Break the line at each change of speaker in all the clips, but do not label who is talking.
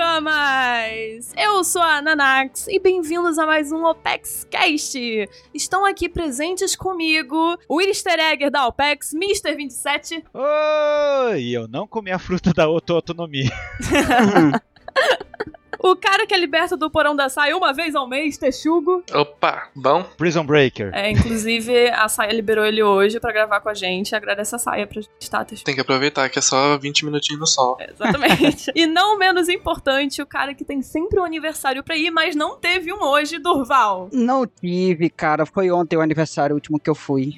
Nanacamas! Eu sou a Nanax e bem-vindos a mais um OPEX Cast! Estão aqui presentes comigo o Easter Egger da OPEX, Mr. 27.
Oi! Eu não comi a fruta da auto autonomia.
O cara que é liberto do porão da saia uma vez ao mês, Texugo.
Opa, bom?
Prison Breaker.
É, inclusive, a saia liberou ele hoje pra gravar com a gente. Agradece a saia pro status.
Tem que aproveitar que é só 20 minutinhos no sol.
É, Exatamente. e não menos importante, o cara que tem sempre um aniversário pra ir, mas não teve um hoje, Durval.
Não tive, cara. Foi ontem o aniversário último que eu fui.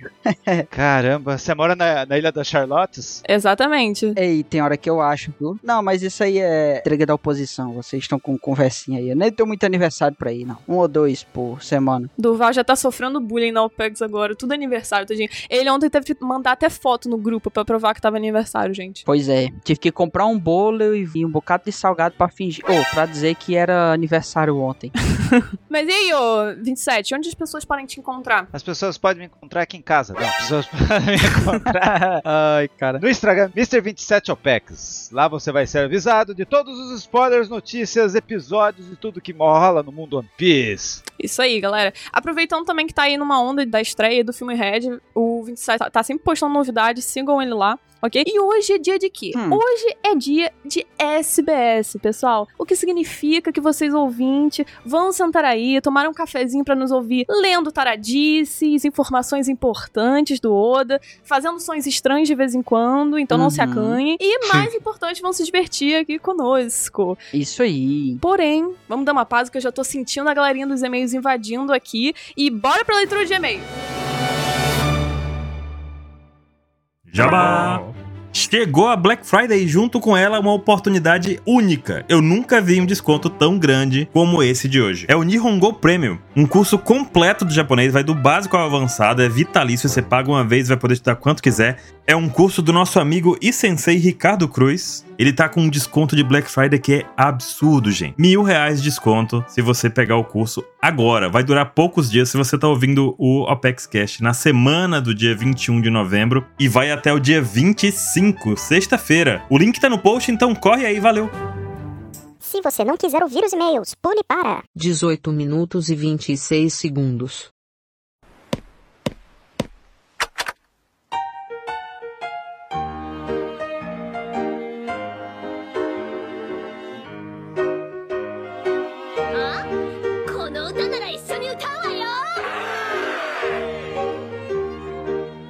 Caramba, você mora na, na Ilha das Charlottes?
Exatamente.
Ei, tem hora que eu acho, viu? Não, mas isso aí é entrega da oposição. Vocês estão com conversinha aí. Eu nem tenho muito aniversário pra ir, não. Um ou dois por semana.
Durval já tá sofrendo bullying na OPEX agora, tudo aniversário, tadinho. Ele ontem teve que mandar até foto no grupo pra provar que tava aniversário, gente.
Pois é, tive que comprar um bolo e vi um bocado de salgado pra fingir. Ou, pra dizer que era aniversário ontem.
Mas e aí, ô 27, onde as pessoas podem te encontrar?
As pessoas podem me encontrar aqui em casa. Não, as pessoas podem me encontrar
Ai, cara.
no Instagram, Mr27OPEX. Lá você vai ser avisado de todos os spoilers, notícias, episódios e tudo que rola no mundo One Piece.
Isso aí, galera. Aproveitando também que tá aí numa onda da estreia do filme Red, o 27 tá- tá sempre postando novidades, sigam ele lá. Ok? E hoje é dia de quê?
Hum.
Hoje é dia de SBS, pessoal. O que significa que vocês, ouvintes, vão sentar aí, tomar um cafezinho pra nos ouvir lendo taradices, informações importantes do Oda, fazendo sons estranhos de vez em quando, então não se
Uhum.
acanhem. E mais importante, vão se divertir aqui conosco.
Isso aí.
Porém, vamos dar uma pausa que eu já tô sentindo a galerinha dos e-mails invadindo aqui e bora pra leitura de e-mail.
Jabá! Chegou a Black Friday e junto com ela uma oportunidade única. Eu nunca vi um desconto tão grande como esse de hoje. É o Nihongo Premium, um curso completo de japonês, vai do básico ao avançado, é vitalício, você paga uma vez, vai poder estudar quanto quiser. É um curso do nosso amigo e sensei Ricardo Cruz. Ele tá com um desconto de Black Friday que é absurdo, gente. Mil reais de desconto se você pegar o curso agora. Vai durar poucos dias se você tá ouvindo o Apex Cash na semana do dia 21 de novembro e vai até o dia 25, sexta-feira. O link tá no post, então corre aí, valeu!
Se você não quiser ouvir os e-mails, pule para
18 minutos e 26 segundos.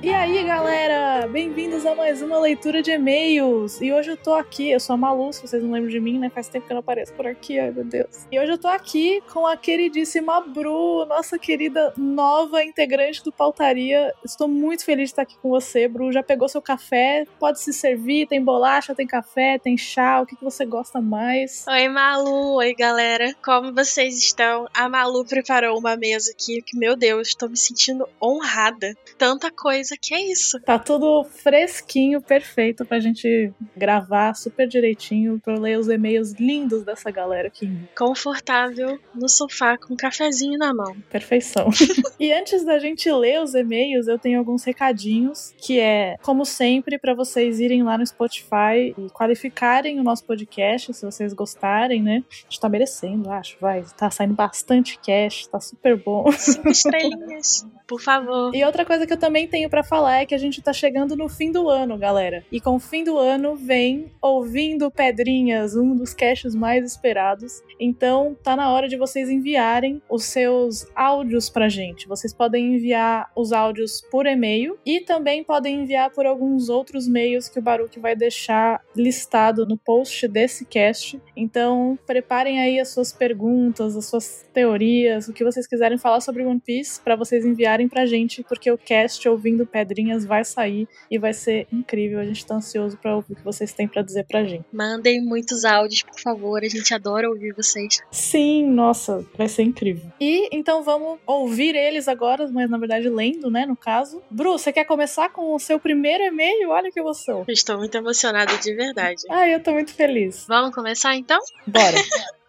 E aí, galera? Bem-vindos a mais uma leitura de e-mails. E hoje eu tô aqui, eu sou a Malu, se vocês não lembram de mim, né? Faz tempo que eu não apareço por aqui, ai meu Deus. E hoje eu tô aqui com a queridíssima Bru, nossa querida nova integrante do Pautaria. Estou muito feliz de estar aqui com você, Bru. Já pegou seu café? Pode se servir, tem bolacha, tem café, tem chá, o que, que você gosta mais?
Oi, Malu. Oi, galera. Como vocês estão? A Malu preparou uma mesa aqui que, meu Deus, tô me sentindo honrada. Tanta coisa que é isso.
Tá tudo fresquinho, perfeito pra gente gravar super direitinho, pra eu ler os e-mails lindos dessa galera que envia.
Confortável no sofá com um cafezinho na mão.
Perfeição. e antes da gente ler os e-mails, eu tenho alguns recadinhos, que é, como sempre, pra vocês irem lá no Spotify e qualificarem o nosso podcast, se vocês gostarem, né? A gente tá merecendo, acho, vai. Tá saindo bastante cash, tá super bom.
Cinco estrelinhas, por favor.
E outra coisa que eu também tenho pra falar é que a gente tá chegando no fim do ano, galera. E com o fim do ano vem Ouvindo Pedrinhas, um dos caches mais esperados. Então tá na hora de vocês enviarem os seus áudios pra gente. Vocês podem enviar os áudios por e-mail e também podem enviar por alguns outros meios que o Baruque vai deixar listado no post desse cast. Então preparem aí as suas perguntas, as suas teorias, o que vocês quiserem falar sobre One Piece pra vocês enviarem pra gente, porque o cast ouvindo Pedrinhas vai sair e vai ser incrível. A gente tá ansioso pra ouvir o que vocês têm pra dizer pra gente.
Mandem muitos áudios, por favor. A gente adora ouvir vocês.
Sim, nossa, vai ser incrível. E então vamos ouvir eles agora, mas na verdade lendo, né, no caso. Bru, você quer começar com o seu primeiro e-mail? Olha que emoção.
Eu Estou muito emocionada de verdade.
Ai, eu tô muito feliz.
Vamos começar então?
Bora.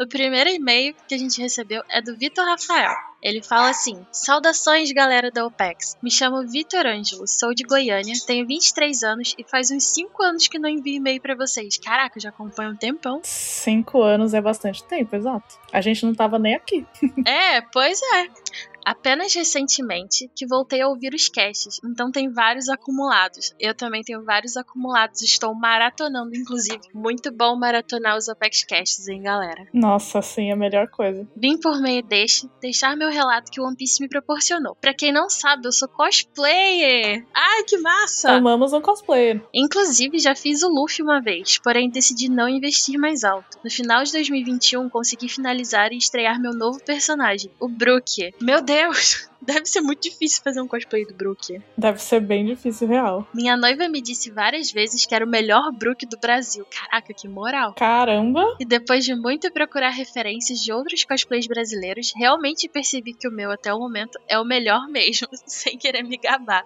O primeiro e-mail que a gente recebeu é do Vitor Rafael. Ele fala assim: Saudações, galera da OPEX. Me chamo Vitor Ângelo, sou de Goiânia, tenho 23 anos e faz uns 5 anos que não envio e-mail pra vocês. Caraca, eu já acompanho um tempão.
Cinco anos é bastante tempo, exato. A gente não tava nem aqui.
É, pois é. Apenas recentemente que voltei a ouvir os casts, então tem vários acumulados. Eu também tenho vários acumulados, estou maratonando, inclusive. Muito bom maratonar os Apex Casts, hein, galera?
Nossa, sim, a melhor coisa.
Vim por meio deste deixar meu relato que o One Piece me proporcionou. Pra quem não sabe, eu sou cosplayer! Ai, que massa!
Amamos um cosplayer.
Inclusive, já fiz o Luffy uma vez, porém decidi não investir mais alto. No final de 2021, consegui finalizar e estrear meu novo personagem, o Brook. Meu Deus! Deve ser muito difícil fazer um cosplay do Brook.
Deve ser bem difícil, real.
Minha noiva me disse várias vezes que era o melhor Brook do Brasil. Caraca, que moral!
Caramba!
E depois de muito procurar referências de outros cosplays brasileiros, realmente percebi que o meu até o momento é o melhor mesmo, sem querer me gabar.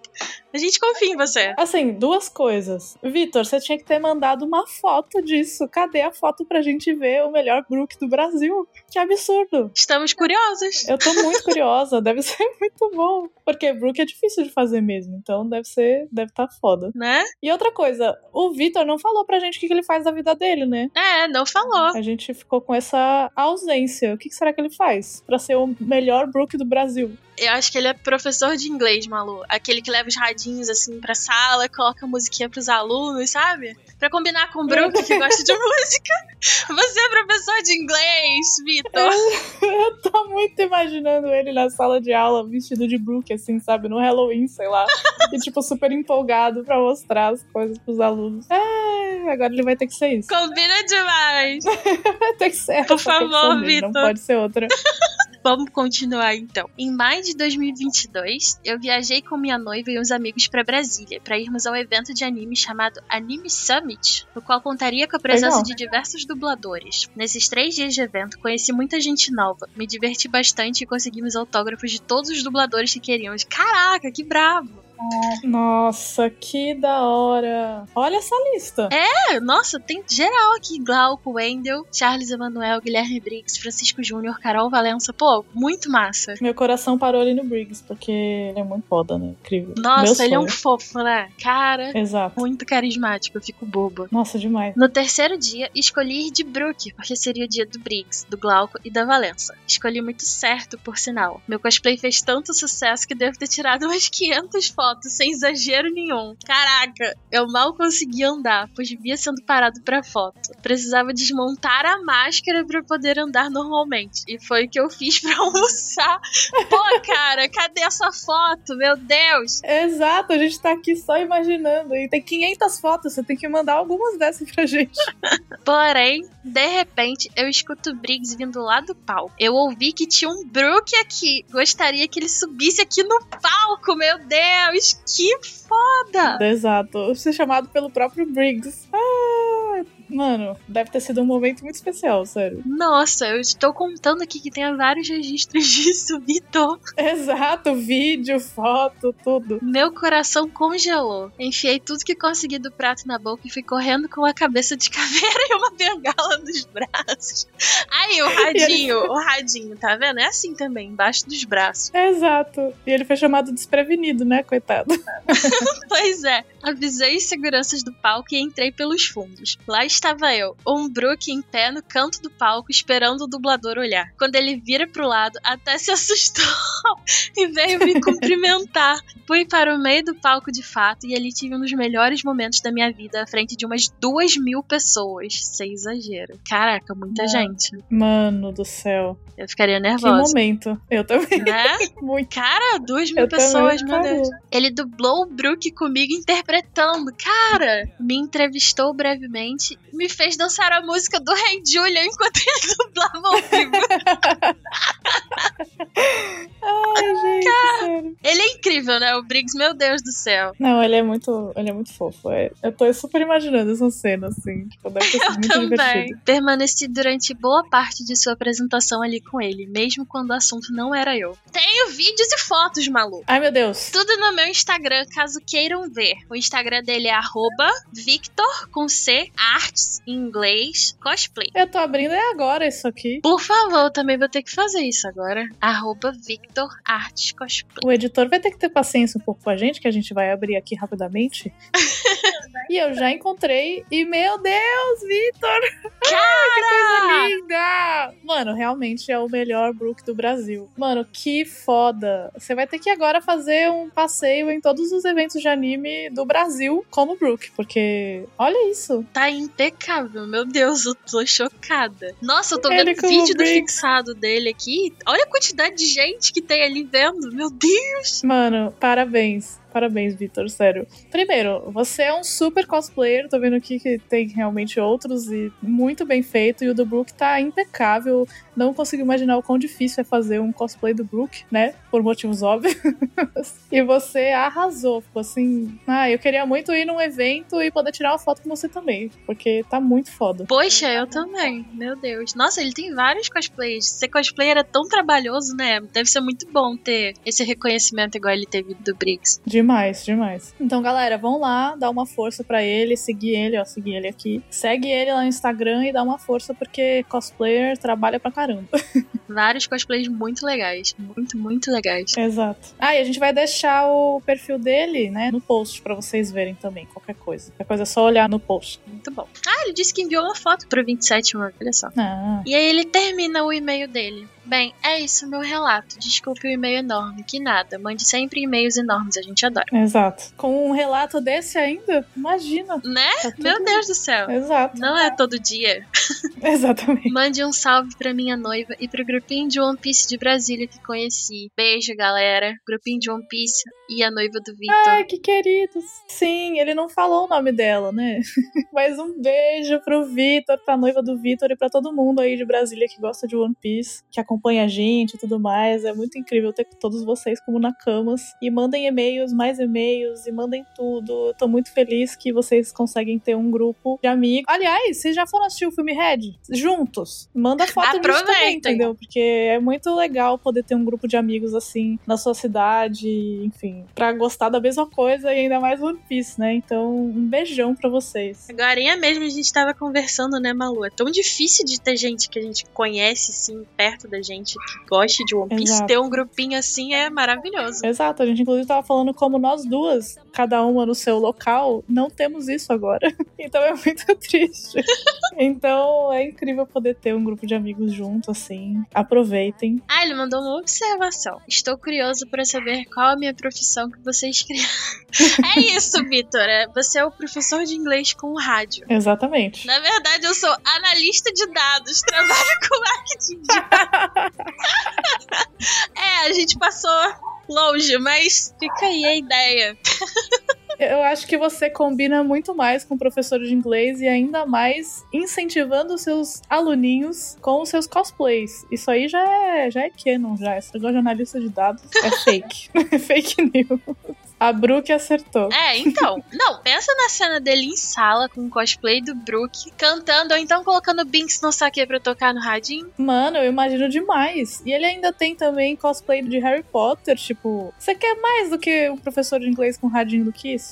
A gente confia em você.
Assim, duas coisas. Vitor, você tinha que ter mandado uma foto disso. Cadê a foto pra gente ver o melhor Brook do Brasil? Que absurdo!
Estamos curiosos.
Eu tô muito curiosa, deve ser muito bom. Porque Brook é difícil de fazer mesmo, então deve ser. deve tá foda.
Né?
E outra coisa, o Vitor não falou pra gente o que que ele faz da vida dele, né?
É, não falou.
A gente ficou com essa ausência. O que que será que ele faz pra ser o melhor Brook do Brasil?
Eu acho que ele é professor de inglês, Malu. Aquele que leva os radinhos assim pra sala, coloca a musiquinha pros alunos, sabe? Pra combinar com o Brook, que gosta de música. Você é professor de inglês, Vitor.
Eu tô muito imaginando ele na sala de aula, vestido de Brook, assim, sabe? No Halloween, sei lá. e, tipo, super empolgado pra mostrar as coisas pros alunos. É, agora ele vai ter que ser isso.
Combina demais.
Vai ter que ser essa,
Por
tem que ser
favor,
dele, Não
Vitor.
pode ser outra.
Vamos continuar então. Em maio de 2022, eu viajei com minha noiva e uns amigos pra Brasília pra irmos a um evento de anime chamado Anime Summit, no qual contaria com a presença
Legal.
de diversos dubladores. Nesses três dias de evento, conheci muita gente nova, me diverti bastante e conseguimos autógrafos de todos os dubladores que queríamos. Caraca, que bravo!
Nossa, que da hora. Olha essa lista.
É, nossa, tem geral aqui: Glauco, Wendel, Charles Emanuel, Guilherme Briggs, Francisco Júnior, Carol Valença. Pô, muito massa.
Meu coração parou ali no Briggs, porque ele é muito foda, né? Incrível. Meu
Nossa,
sonho.
ele é um fofo, né? Cara,
Exato.
muito carismático, eu fico boba.
Nossa, demais.
No terceiro dia, escolhi ir de Brook, porque seria o dia do Briggs, do Glauco e da Valença. Escolhi muito certo, por sinal. Meu cosplay fez tanto sucesso que devo ter tirado umas 500 fotos, sem exagero nenhum. Caraca, eu mal consegui andar, pois via sendo parado pra foto. Precisava desmontar a máscara pra poder andar normalmente, e foi o que eu fiz pra almoçar. Pô, cara, cadê essa foto? Meu Deus!
Exato, a gente tá aqui só imaginando. E tem 500 fotos, você tem que mandar algumas dessas pra gente.
Porém, de repente, eu escuto o Briggs vindo lá do palco. Eu ouvi que tinha um Brook aqui. Gostaria que ele subisse aqui no palco, meu Deus! Que foda!
Exato, ser chamado pelo próprio Briggs. Ah, mano, deve ter sido um momento muito especial, sério.
Nossa, eu estou contando aqui que tem vários registros disso, Vitor.
Exato, vídeo, foto, tudo.
Meu coração congelou. Enfiei tudo que consegui do prato na boca e fui correndo com a cabeça de caveira e uma bengala nos braços. Aí, o radinho, o radinho, tá vendo? É assim também, embaixo dos braços.
Exato. E ele foi chamado desprevenido, né, coitado?
Pois é, avisei os seguranças do palco e entrei pelos fundos. Lá estava eu, um Brook em pé no canto do palco, esperando o dublador olhar. Quando ele vira pro lado, até se assustou e veio me cumprimentar. Fui para o meio do palco de fato e ali tive um dos melhores momentos da minha vida à frente de umas duas mil pessoas. Sem exagero. Caraca, muita
Nossa.
gente.
Mano do céu.
Eu ficaria
É. Que
nervosa.
momento. Eu também.
né?
Muito.
Cara, duas mil
Eu
pessoas,
também
meu Deus.
parei.
Ele dublou o Brook comigo interpretando. Cara, me entrevistou brevemente, me fez dançar a música do Rei Julian enquanto ele dublava ao vivo.
Ai, gente, sério.
ele é incrível, né? O Briggs, meu Deus do céu.
Não, ele é muito, ele é muito fofo. é. Eu tô super imaginando essa cena, assim. Tipo, deve ter sido muito
Também.
divertido.
Permaneci durante boa parte de sua apresentação ali com ele, mesmo quando o assunto não era eu. Tenho vídeos e fotos, maluco.
Ai, meu Deus.
Tudo no meu Instagram, caso queiram ver. O Instagram dele é arroba Victor com C art arts em inglês cosplay.
Eu tô abrindo é agora isso aqui.
Por favor, também vou ter que fazer isso agora. Arroba Victor Artes Cosplay.
O editor vai ter que ter paciência um pouco com a gente, que a gente vai abrir aqui rapidamente. e eu já encontrei. E meu Deus, Vitor!
Ah.
Coisa linda! Mano, realmente é o melhor Brook do Brasil. Mano, que foda. Você vai ter que agora fazer um passeio em todos os eventos de anime do Brasil como Brook, porque olha isso.
Tá impecável, meu Deus, eu tô chocada. Nossa, eu tô
Ele
vendo
com o
vídeo do
Briggs.
fixado dele aqui. Olha a quantidade de gente que tem ali vendo, meu Deus.
Mano, parabéns. Parabéns, Vitor, sério. Primeiro, você é um super cosplayer. Tô vendo aqui que tem realmente outros e muito bem feito. E o do Brook tá impecável. Não consigo imaginar o quão difícil é fazer um cosplay do Brook, né? Por motivos óbvios. e você arrasou. Ficou assim. Ah, eu queria muito ir num evento e poder tirar uma foto com você também. Porque tá muito foda.
Poxa, eu também. Meu Deus. Nossa, ele tem vários cosplays. Ser cosplayer é tão trabalhoso, né? Deve ser muito bom ter esse reconhecimento igual ele teve do Briggs.
Demais, demais. Então, galera, vão lá, dar uma força pra ele, seguir ele, ó, seguir ele aqui. Segue ele lá no Instagram e dá uma força, porque cosplayer trabalha pra caramba.
Vários cosplays muito legais. Muito, muito legais.
Exato. Ah, e a gente vai deixar o perfil dele, né, no post pra vocês verem também, qualquer coisa. Qualquer coisa é só olhar no post.
Muito bom. Ah, ele disse que enviou uma foto pro 27, mano. Olha só.
Ah,
E aí ele termina o e-mail dele. Bem, é isso meu relato. Desculpe o e-mail enorme, que nada. Mande sempre e-mails enormes, a gente adora.
exato. Com um relato desse ainda, imagina.
Né?
Tá tudo-
Meu Deus do céu.
Exato.
Não é todo dia.
Exatamente.
Mande um salve pra minha noiva e pro grupinho de One Piece de Brasília que conheci. Beijo, galera. Grupinho de One Piece e a noiva do Victor.
Ai, que queridos. Sim, ele não falou o nome dela, né? Mas um beijo pro Vitor, pra noiva do Vitor e pra todo mundo aí de Brasília que gosta de One Piece, que acompanha a gente e tudo mais. É muito incrível ter todos vocês como na camas. E mandem e-mails, mais e-mails e mandem tudo. Eu tô muito feliz que vocês conseguem ter um grupo de amigos. Aliás, vocês já foram assistir o filme Red? Juntos. Manda foto disso também,
Aproveitem.
entendeu? Porque é muito legal poder ter um grupo de amigos assim na sua cidade, enfim, pra gostar da mesma coisa e ainda mais One Piece, né? Então, um beijão pra vocês.
Agora é mesmo a gente tava conversando, né, Malu? É tão difícil de ter gente que a gente conhece, assim, perto da gente, que goste de One Piece.
Exato.
Ter um grupinho assim é maravilhoso.
Exato, a gente inclusive tava falando como nós duas, cada uma no seu local, não temos isso agora. Então é muito triste. Então é incrível poder ter um grupo de amigos junto, assim. Aproveitem.
Ah, ele mandou uma observação. Estou curioso para saber qual a minha profissão que vocês criaram. é isso, Vitor. é- Você é o professor de inglês com rádio.
Exatamente.
Na verdade, eu sou analista de dados, trabalho com marketing de dados. é, a gente passou longe, mas fica aí a ideia.
Eu acho que você combina muito mais com professor de inglês e ainda mais incentivando os seus aluninhos com os seus cosplays. Isso aí já é, já é canon, já. Esse negócio de analista de dados é fake. É fake news. A Brook acertou.
É, então. Não, pensa na cena dele em sala com o cosplay do Brook cantando ou então colocando Binks no saque pra tocar no radinho.
Mano, eu imagino demais. E ele ainda tem também cosplay de Harry Potter, tipo... Você quer mais do que um professor de inglês com radinho do que isso?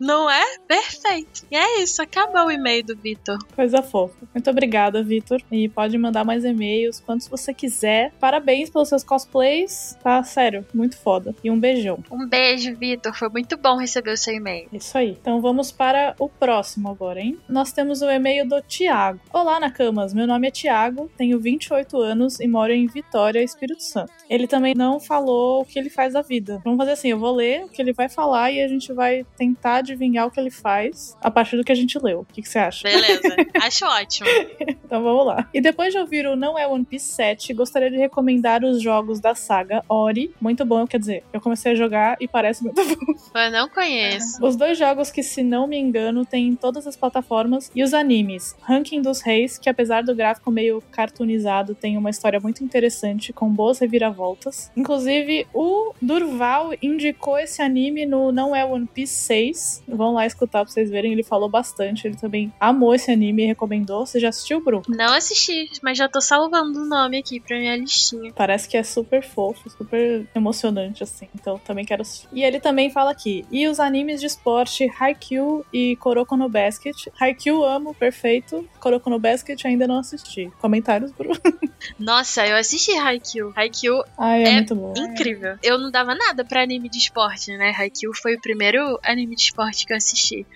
Não é? Perfeito. E é isso, acabou o e-mail do Vitor.
Coisa fofa. Muito obrigada, Vitor. E pode mandar mais e-mails, quantos você quiser. Parabéns pelos seus cosplays, tá? Sério, muito foda. E um beijão.
Um beijo, Vitor. Foi muito bom receber o seu e-mail.
Isso aí. Então vamos para o próximo agora, hein? Nós temos o e-mail do Tiago. Olá, Nakamas. Meu nome é Tiago, tenho 28 anos e moro em Vitória, Espírito Santo. Ele também não falou o que ele faz da vida. Vamos fazer assim, eu vou ler o que ele vai falar e a gente vai tentar adivinhar o que ele faz a partir do que a gente leu. O que, que você acha?
Beleza, acho ótimo.
Então vamos lá. E depois de ouvir o Não É One Piece 7, gostaria de recomendar os jogos da saga Ori. Muito bom, quer dizer, eu comecei a jogar e parece muito bom.
Eu não conheço.
Os dois jogos que, se não me engano, tem em todas as plataformas e os animes. Ranking dos Reis, que apesar do gráfico meio cartoonizado, tem uma história muito interessante, com boas reviravoltas. Inclusive, o Durval indicou esse anime no Não É One Piece 6. Vão lá escutar pra vocês verem, ele falou bastante. Ele também amou esse anime e recomendou. Você já assistiu, Bru?
Não assisti, mas já tô salvando o nome aqui pra minha listinha.
Parece que é super fofo, super emocionante, assim. Então também quero assistir. E ele também também fala aqui. E os animes de esporte Haikyuu e Kuroko no Basket. Haikyuu amo, perfeito. Kuroko no Basket ainda não assisti. Comentários, Bruno?
Nossa, eu assisti Haikyuu. Haikyuu
Ai, é,
É
muito bom.
Incrível. Eu não dava nada pra anime de esporte, né? Haikyuu foi o primeiro anime de esporte que eu assisti.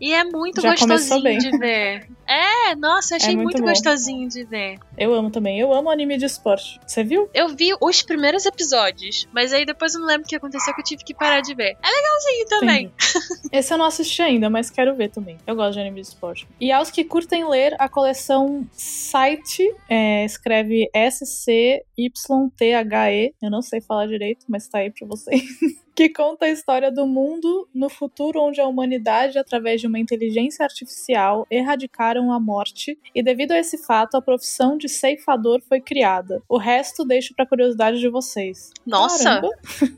E é muito
Já começou bem.
gostosinho de ver. É, nossa, eu achei
É muito
muito,
bom.
gostosinho de ver.
Eu amo também. Eu amo anime de esporte. Você viu?
Eu vi os primeiros episódios, mas aí depois eu não lembro o que aconteceu que eu tive que parar de ver. É legalzinho também.
Entendi. Esse eu não assisti ainda, mas quero ver também. Eu gosto de anime de esporte. E aos que curtem ler, a coleção Site é, escreve S-C-Y-T-H-E. Eu não sei falar direito, mas tá aí pra vocês. Que conta a história do mundo no futuro onde a humanidade, através de uma inteligência artificial, erradicaram a morte, e devido a esse fato, a profissão de ceifador foi criada. O resto deixo pra curiosidade de vocês.
Nossa,
Caramba,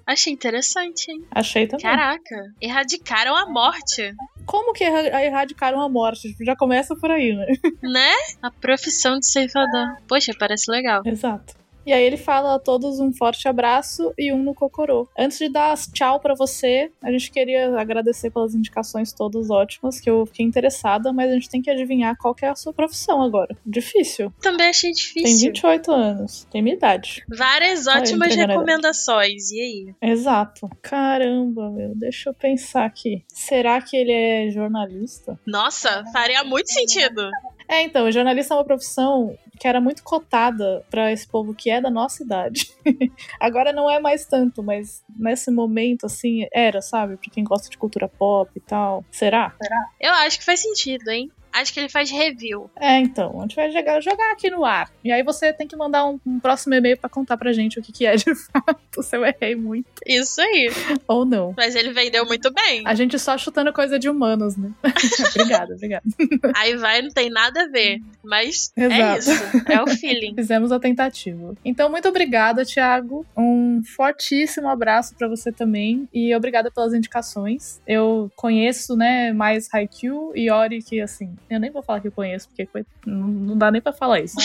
achei interessante, hein?
achei também.
Caraca, erradicaram a morte,
Como que erra- erradicaram a morte? Tipo, Já começa por aí, né?
né? A profissão de ceifador. Poxa, parece legal.
Exato. E aí ele fala a todos um forte abraço e um no cocorô. Antes de dar as tchau pra você, a gente queria agradecer pelas indicações todas ótimas, que eu fiquei interessada, mas a gente tem que adivinhar qual que é a sua profissão agora. Difícil.
Também achei
Tem
difícil.
28 anos, tem minha idade.
Várias
Olha,
ótimas
entregando a idade.
recomendações. E aí?
Exato. Caramba, meu, deixa eu pensar aqui. Será que ele é jornalista?
Nossa, faria muito sentido.
É, então, jornalista é uma profissão que era muito cotada pra esse povo que é da nossa idade. Agora não é mais tanto, mas nesse momento, assim, era, sabe? Pra quem gosta de cultura pop e tal. Será?
Eu acho que faz sentido, hein? Acho que ele faz review.
É, então, a gente vai jogar, jogar aqui no ar. E aí você tem que mandar um, um próximo e-mail pra contar pra gente o que, que é de fato, se eu errei muito
Isso aí.
ou não.
Mas ele vendeu muito bem.
A gente só chutando coisa de humanos, né? obrigada, obrigada.
Aí vai, não tem nada a ver. Mas é
Exato.
isso. É o feeling.
Fizemos a tentativa. Então, muito obrigada, Thiago. Um fortíssimo abraço pra você também. E obrigada pelas indicações. Eu conheço, né, mais Haikyuu e Ori, que assim, eu nem vou falar que eu conheço, porque coi- não, não dá nem pra falar isso.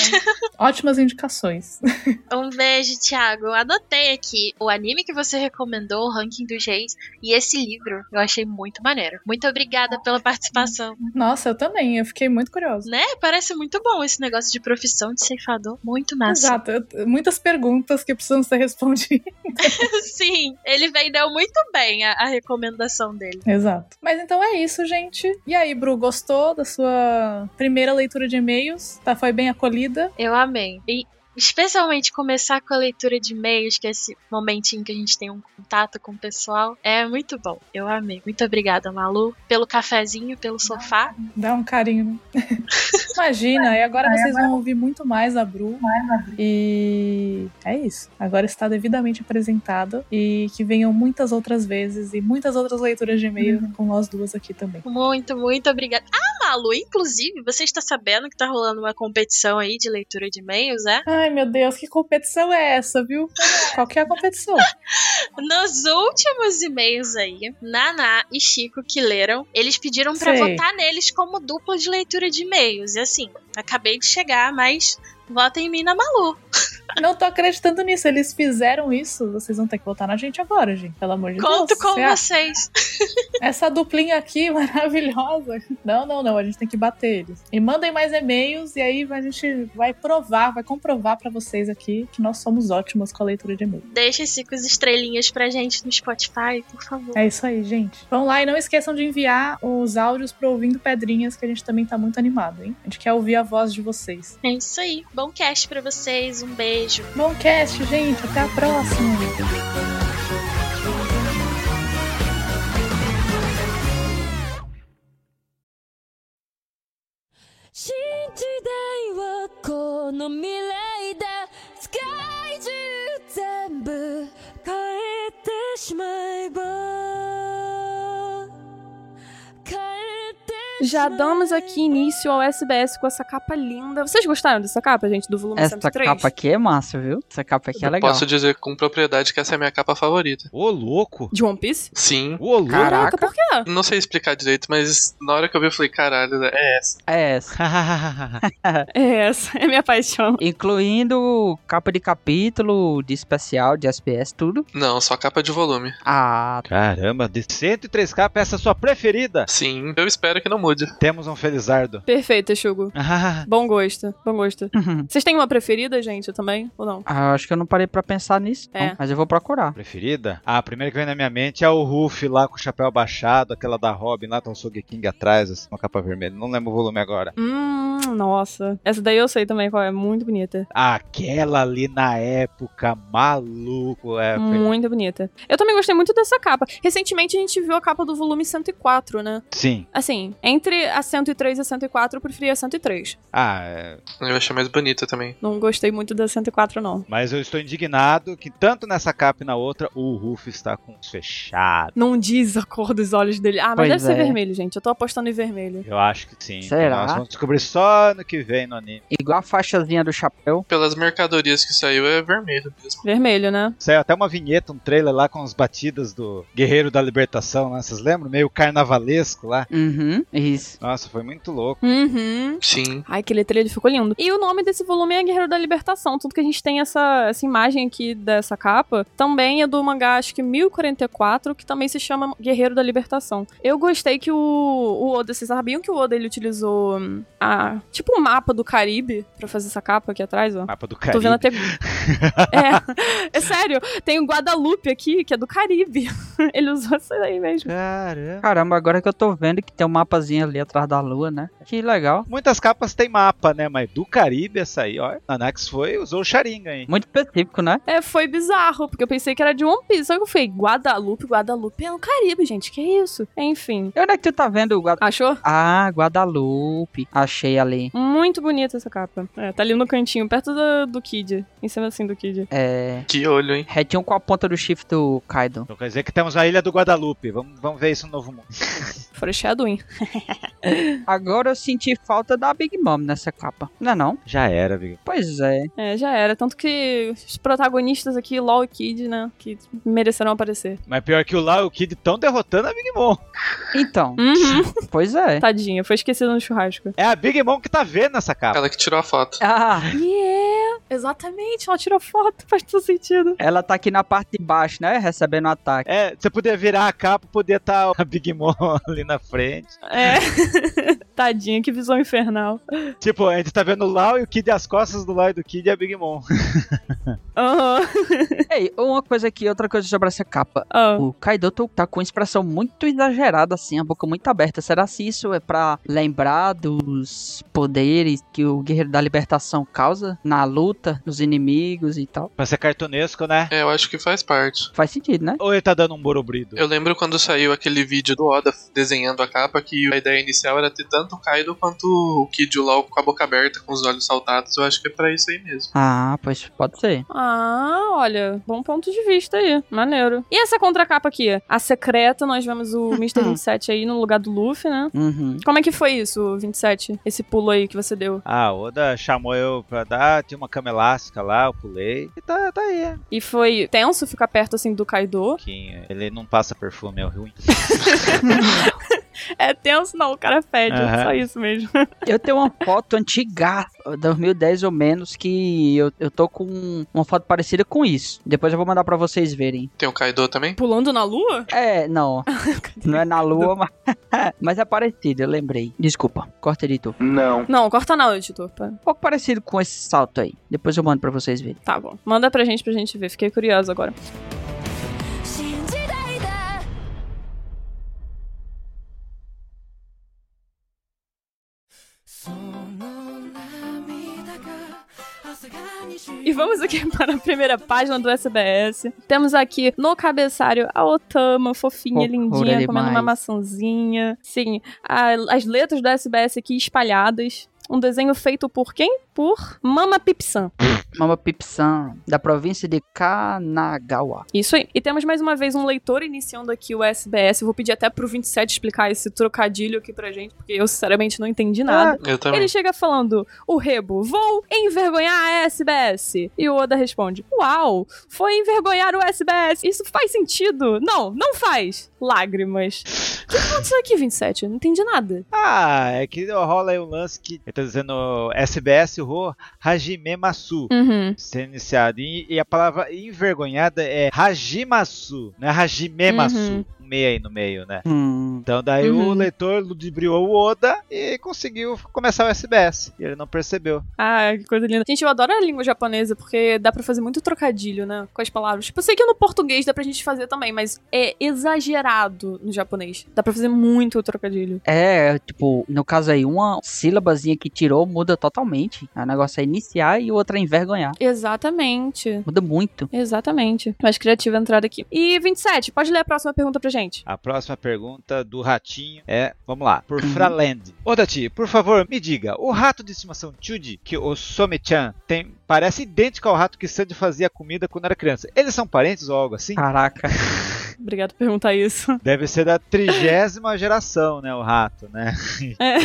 Ótimas indicações.
Um beijo, Thiago. Eu Anotei aqui o anime que você recomendou, o ranking dos reis, e esse livro. Eu achei muito maneiro. Muito obrigada pela participação.
Nossa, eu também, eu fiquei muito curiosa.
Né? Parece muito bom esse negócio de profissão de ceifador. Muito massa.
Exato, eu- muitas perguntas que precisam ser respondidas.
Sim, ele vendeu muito bem a- a recomendação dele.
Exato. Mas então é isso, gente. E aí, Bru, gostou da sua primeira leitura de e-mails? Tá, foi bem acolhida?
Eu amei. E especialmente começar com a leitura de e-mails, que é esse momentinho que a gente tem um contato com o pessoal, é muito bom. Eu amei. Muito obrigada, Malu, pelo cafezinho, pelo sofá.
Dá um carinho, né? Imagina, e agora vocês vão ouvir muito mais a Bru. E é isso. Agora está devidamente apresentada. E que venham muitas outras vezes e muitas outras leituras de e-mail com nós duas aqui também.
Muito, muito obrigada. Ah, Malu, inclusive, você está sabendo que tá rolando uma competição aí de leitura de e-mails, é?
Ai, meu Deus, que competição é essa, viu? Qual que é a competição?
Nos últimos e-mails aí, Naná e Chico que leram, eles pediram pra
Sei.
votar neles como dupla de leitura de e-mails. E assim, acabei de chegar, mas vota em mim na Malu.
Não tô acreditando nisso. Eles fizeram isso. Vocês vão ter que votar na gente agora, gente. Pelo amor de
Conto
Deus.
com
Você é acha?
vocês.
Essa duplinha aqui maravilhosa. Não, não, não. A gente tem que bater eles. E mandem mais e-mails e aí a gente vai provar, vai comprovar pra vocês aqui que nós somos ótimos com a leitura de e-mail.
Deixa as cinco estrelinhas pra gente no Spotify, por favor.
É isso aí, gente. Vão lá e não esqueçam de enviar os áudios pro Ouvindo Pedrinhas, que a gente também tá muito animado, hein? A gente quer ouvir a voz de vocês.
É isso aí. Bom cast pra vocês. Um beijo.
Bom cast, gente. Até a próxima.
Sky
Já damos aqui início ao SBS com essa capa linda. Vocês gostaram dessa capa, gente, do volume
Essa
103?
capa aqui é massa, viu? Essa capa aqui é legal.
Posso dizer com propriedade que essa é a minha capa favorita.
Ô, louco!
De One Piece?
Sim.
Ô, louco!
Caraca.
Caraca, por quê?
Não sei explicar direito, mas na hora que eu vi eu falei, caralho, é essa.
É essa.
É essa, é minha paixão.
Incluindo capa de capítulo, de especial, de SPS, tudo.
Não, só capa de volume.
Ah,
Caramba, de 103 capa, essa é a sua preferida!
Sim, eu espero que não mude.
Temos um Felizardo.
Perfeito, Exugo. Bom gosto, bom gosto. Vocês têm uma preferida, gente, também? Ou não?
Ah, acho que eu não parei pra pensar nisso, não,
É.
mas eu vou procurar.
Preferida? Ah, a primeira que vem na minha mente é o Ruff lá com o chapéu abaixado, aquela da Robin lá, tá o King atrás, assim, uma capa vermelha. Não lembro o volume agora.
Hum, nossa. Essa daí eu sei também qual é. Muito bonita.
Aquela ali na época, maluco, é. foi-
Muito bonita. Eu também gostei muito dessa capa. Recentemente a gente viu a capa do volume 104, né?
Sim.
Assim, entre a 103 e a 104, eu preferi a 103.
Ah, é,
Eu achei mais bonita também.
Não gostei muito da 104, não.
mas eu estou indignado que tanto nessa capa e na outra, o Ruff está com os fechados.
Não diz a cor dos olhos dele. Ah, mas
Pois
deve ser
é.
vermelho, gente. Eu tô apostando em vermelho.
Eu acho que sim.
Será?
Nós vamos descobrir só no que vem no anime.
Igual a faixazinha do chapéu.
Pelas mercadorias que saiu é vermelho mesmo.
Vermelho, né?
Saiu até uma vinheta, um trailer lá com as batidas do Guerreiro da Libertação, né? Vocês lembram? Meio carnavalesco lá.
Uhum. Isso.
Nossa, foi muito louco.
Uhum.
Sim.
Ai, aquele trailer ficou lindo. E o nome desse volume é Guerreiro da Libertação. Tudo que a gente tem é essa, essa imagem aqui dessa capa também é do mangá, acho que 1044, que também se chama Guerreiro da Libertação. Eu gostei que o, o Oda, vocês sabiam que o Oda ele utilizou hum, a, tipo um mapa do Caribe pra fazer essa capa aqui atrás, ó.
Mapa do
Tô vendo
Caribe.
até. é, é sério, tem o Guadalupe aqui, que é do Caribe. Ele usou essa daí mesmo.
Caramba.
Caramba, agora que eu tô vendo que tem um mapazinho ali atrás da lua, né? Que legal.
Muitas capas tem mapa, né? Mas do Caribe essa aí, ó. Nanax foi, usou o Sharingan, hein?
Muito específico, né?
É, foi bizarro, porque eu pensei que era de One Piece. Só que eu falei, Guadalupe, Guadalupe é no Caribe, gente, que isso? Enfim.
E onde é que tu tá vendo o Guadalupe?
Achou? Hum.
Ah, Guadalupe. Achei ali.
Muito bonita essa capa. É, tá ali no cantinho, perto do, do Kid. Em cima assim do Kid.
É.
Que olho, hein?
Retinho com a ponta do chifre do Kaido.
Então quer dizer que temos a Ilha do Guadalupe. Vamos, vamos ver isso no Novo Mundo.
Foreshadowing.
Agora eu senti falta da Big Mom nessa capa. Não é não?
Já era, Big.
Pois é.
É, já era. Tanto que os protagonistas aqui, LOL e Kid, né? Que mereceram aparecer.
Mas pior que o lá, o Kid tão derrotando a Big Mom.
Então,
Uhum.
pois é.
Tadinha, foi esquecida no churrasco.
É a Big Mom que tá vendo essa capa.
Ela que tirou a foto.
Ah,
Yeah! Exatamente, ela tirou foto, faz todo sentido.
ela tá aqui na parte de baixo, né? Recebendo o ataque.
É, você podia virar a capa, podia estar a Big Mom ali na frente.
É. Tadinha, que visão infernal.
Tipo, a gente tá vendo o Lau e o Kid, as costas do Lau e do Kid e a Big Mom.
Aham.
Ei, uma coisa aqui, outra coisa sobre essa capa.
Ah.
O Kaido tá- tá com uma expressão muito exagerada, assim, a boca muito aberta. Será se isso é pra lembrar dos poderes que o Guerreiro da Libertação causa na luta, nos inimigos e tal?
Pra ser cartunesco, né?
É, eu acho que faz parte.
Faz sentido, né?
Ou ele tá dando um borobrido?
Eu lembro quando saiu aquele vídeo do Oda desenhando a capa que a ideia inicial era ter tanto o Kaido quanto o Kid e o LOL com a boca aberta, com os olhos saltados. Eu acho que é pra isso aí mesmo.
Ah, pois pode ser.
Ah, olha, bom ponto de vista aí. Maneiro. E essa contracapa aqui? A secreta, nós vemos o Mr. 27 aí no lugar do Luffy, né?
Uhum.
Como é que foi isso, 27? Esse pulo aí que você deu?
Ah, o Oda chamou eu pra dar, tinha uma cama elástica lá, eu pulei. E tá, tá aí, é.
E foi tenso ficar perto assim do Kaido?
Pouquinho. Ele não passa perfume, é ruim.
É tenso, não, o cara fede.
Aham.
Só isso mesmo.
Eu tenho uma foto antiga, 2010 ou menos, que eu, eu tô com uma foto parecida com isso. Depois eu vou mandar pra vocês verem.
Tem o Kaido também?
Pulando na lua?
É, não, não é na lua, mas, mas é parecido, eu lembrei. Desculpa, corta editor.
Não, corta não, editor. Tá.
Um pouco parecido com esse salto aí. Depois eu mando pra vocês verem.
Tá bom. Manda pra gente pra gente ver. Fiquei curiosa agora. E vamos aqui para a primeira página do SBS. Temos aqui no cabeçário a Otama, fofinha,
Fofura
lindinha, comendo
demais.
uma maçãzinha. Sim, a- as letras do SBS aqui espalhadas. Um desenho feito por quem? Por Mama Pipsan.
Mama Pipsan, da província de Kanagawa.
Isso aí. E temos mais uma vez um leitor iniciando aqui o SBS. Eu vou pedir até pro 27 explicar esse trocadilho aqui pra gente, porque eu sinceramente não entendi
Ah,
nada.
Eu também.
Ele chega falando, o Rebo, vou envergonhar a SBS. E o Oda responde, uau, foi envergonhar o SBS. Isso faz sentido? Não, não faz. Lágrimas. O que aconteceu aqui, 27? Eu não entendi nada.
Ah, é que rola aí um lance que ele tá dizendo SBS Ro Hajime Masu.
Uhum.
Ser iniciado. E, e a palavra envergonhada é Hajimasu, né? Hajime Masu.
Uhum.
Um meio aí no meio, né?
Hum.
Então daí
Uhum.
o leitor ludibriou o Oda e conseguiu começar o SBS. E ele não percebeu.
Ah, que coisa linda. Gente, eu adoro a língua japonesa, porque dá pra fazer muito trocadilho, né? Com as palavras. Tipo, eu sei que no português dá pra gente fazer também, mas é exagerado no japonês. Dá pra fazer muito trocadilho.
É, tipo, no caso aí, uma sílabazinha que tirou muda totalmente. O negócio é iniciar e outra é envergonhar.
É.
Exatamente.
Muda muito.
Exatamente. Mais criativa a entrada aqui. E 27, pode ler a próxima pergunta pra gente.
A próxima pergunta do ratinho é, vamos lá, por Fraland. Odati, por favor, me diga, o rato de estimação Chuji, que o Some-chan tem, parece idêntico ao rato que Sandy fazia comida quando era criança. Eles são parentes ou algo assim?
Ah. Caraca.
Obrigado por perguntar isso.
Deve ser da trigésima geração, né, o rato, né?
É.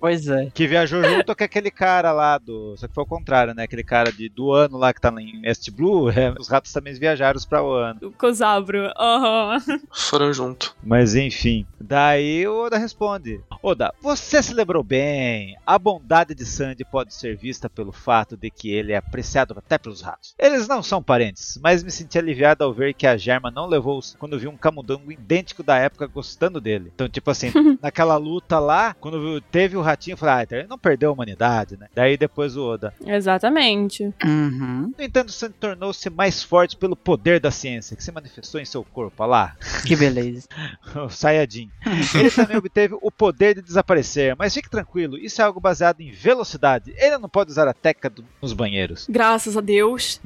Pois é.
Que viajou junto com aquele cara lá do... Só que foi ao contrário, né? Aquele cara de, do ano lá que tá lá em West Blue, é, os ratos também viajaram pra o ano.
O Cosabro. Aham.
Foram junto.
Mas enfim. Daí o Oda responde: Oda, você celebrou bem. A bondade de Sandy pode ser vista pelo fato de que ele é apreciado até pelos ratos. Eles não são parentes, mas me senti aliviado ao ver que a Germa não levou os- quando vi um camundongo idêntico da época gostando dele. Então, tipo assim, naquela luta lá, quando viu- teve o ratinho, eu falei: Ah, então ele não perdeu a humanidade, né? Daí depois o Oda.
Exatamente.
Uhum.
No entanto, Sandy tornou-se mais forte pelo poder da ciência que se manifestou em seu corpo. Olha lá,
Que beleza.
o Sayajin. Ele também obteve o poder de desaparecer, mas fique tranquilo, isso é algo baseado em velocidade. Ele não pode usar a técnica do- nos banheiros.
Graças a Deus.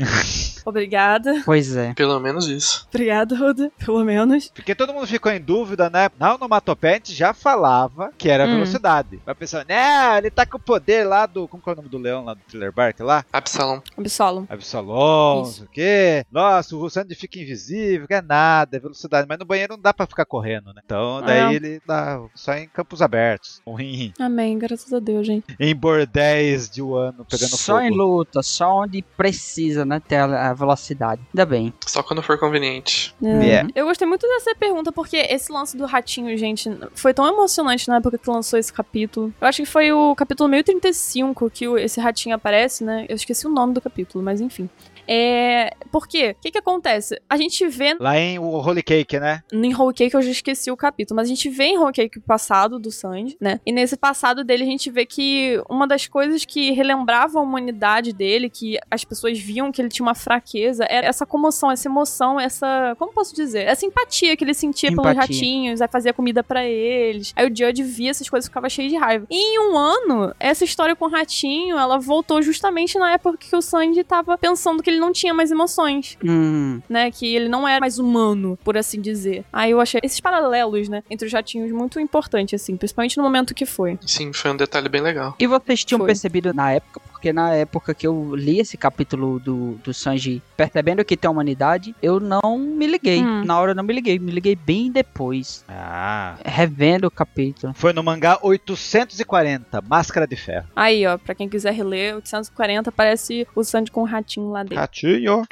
Obrigada.
Pois é.
Pelo menos isso.
Obrigada, Oda. Pelo menos.
Porque todo mundo ficou em dúvida, né? Na onomatopeia a gente já falava que era
Hum.
velocidade. Mas a pessoa, né, ele tá com o poder lá do. Como que é o nome do leão lá do Thriller Bark lá?
Absalom.
Absolo.
Absalom, não
Isso.
sei o quê. Nossa, o Russandi fica invisível, que é nada, é velocidade. Mas no banheiro não dá pra ficar correndo, né? Então daí
É.
ele dá só em campos abertos. Ou em,
Amém. Graças a Deus, gente.
em bordéis de um ano pegando
só
fogo.
em luta, só onde precisa, né? Ter a, a velocidade. Ainda bem.
Só quando for conveniente.
É.
Eu gostei muito dessa pergunta, porque esse lance do ratinho, gente, foi tão emocionante na época que lançou esse capítulo. Eu acho que foi o capítulo 1035 que o- esse ratinho aparece, né? Eu esqueci o nome do capítulo, mas enfim. É. Por quê? O que, que acontece? A gente vê
Lá em o Holy Cake, né?
em Whole Cake, eu já esqueci o capítulo, mas a gente vê em Whole Cake o passado do Sanji, né? E nesse passado dele a gente vê que uma das coisas que relembrava a humanidade dele, que as pessoas viam que ele tinha uma fraqueza, era essa comoção, essa emoção, essa, como posso dizer, essa empatia que ele sentia pelos
Empatia.
ratinhos, aí fazia comida pra eles. Aí o Judge via essas coisas e ficava cheio de raiva. E em um ano, essa história com o ratinho, ela voltou justamente na época que o Sanji tava pensando que ele não tinha mais emoções
Hum.
né? Que ele não era mais humano, por assim dizer. Aí eu achei esses paralelos, né? Entre os ratinhos muito importante, assim. Principalmente no momento que foi.
Sim, foi um detalhe bem legal.
E vocês tinham
Foi.
percebido na época, porque na época que eu li esse capítulo do, do Sanji, percebendo que tem a humanidade, eu não me liguei.
Hum.
Na hora eu não me liguei, me liguei bem depois,
Ah.
revendo o capítulo.
Foi no mangá 840, Máscara de Ferro.
Aí, ó, pra quem quiser reler, 840 aparece o Sandy com o ratinho lá dentro.
Ratinho.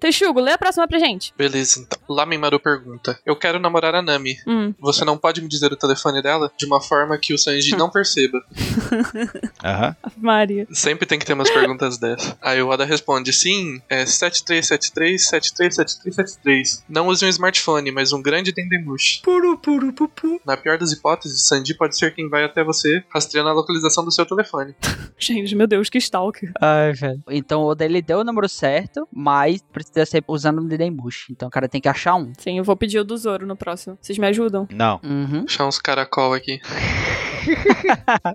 Texugo, lê a próxima pra gente.
Beleza, então. Lamimaru pergunta: Eu quero namorar a Nami.
Hum.
Você não pode me dizer o telefone dela de uma forma que o Sanji não perceba.
Aham.
Ave Maria.
Sempre tem que ter umas perguntas dessas. Aí o Oda responde: Sim, é 7373 737373. Não use um smartphone, mas um grande dendemushi. Puru, puru, pupu. Na pior das hipóteses, Sanji pode ser quem vai até você rastreando a localização do seu telefone.
Gente, meu Deus, que stalker.
Ai, velho. Então o Oda ele deu o número certo, mas pre- certo deve ser usando o Dendemushi. Então o cara tem que achar um.
Sim, eu vou pedir o do Zoro no próximo. Vocês me ajudam?
Não.
Uhum.
Deixar uns caracol aqui.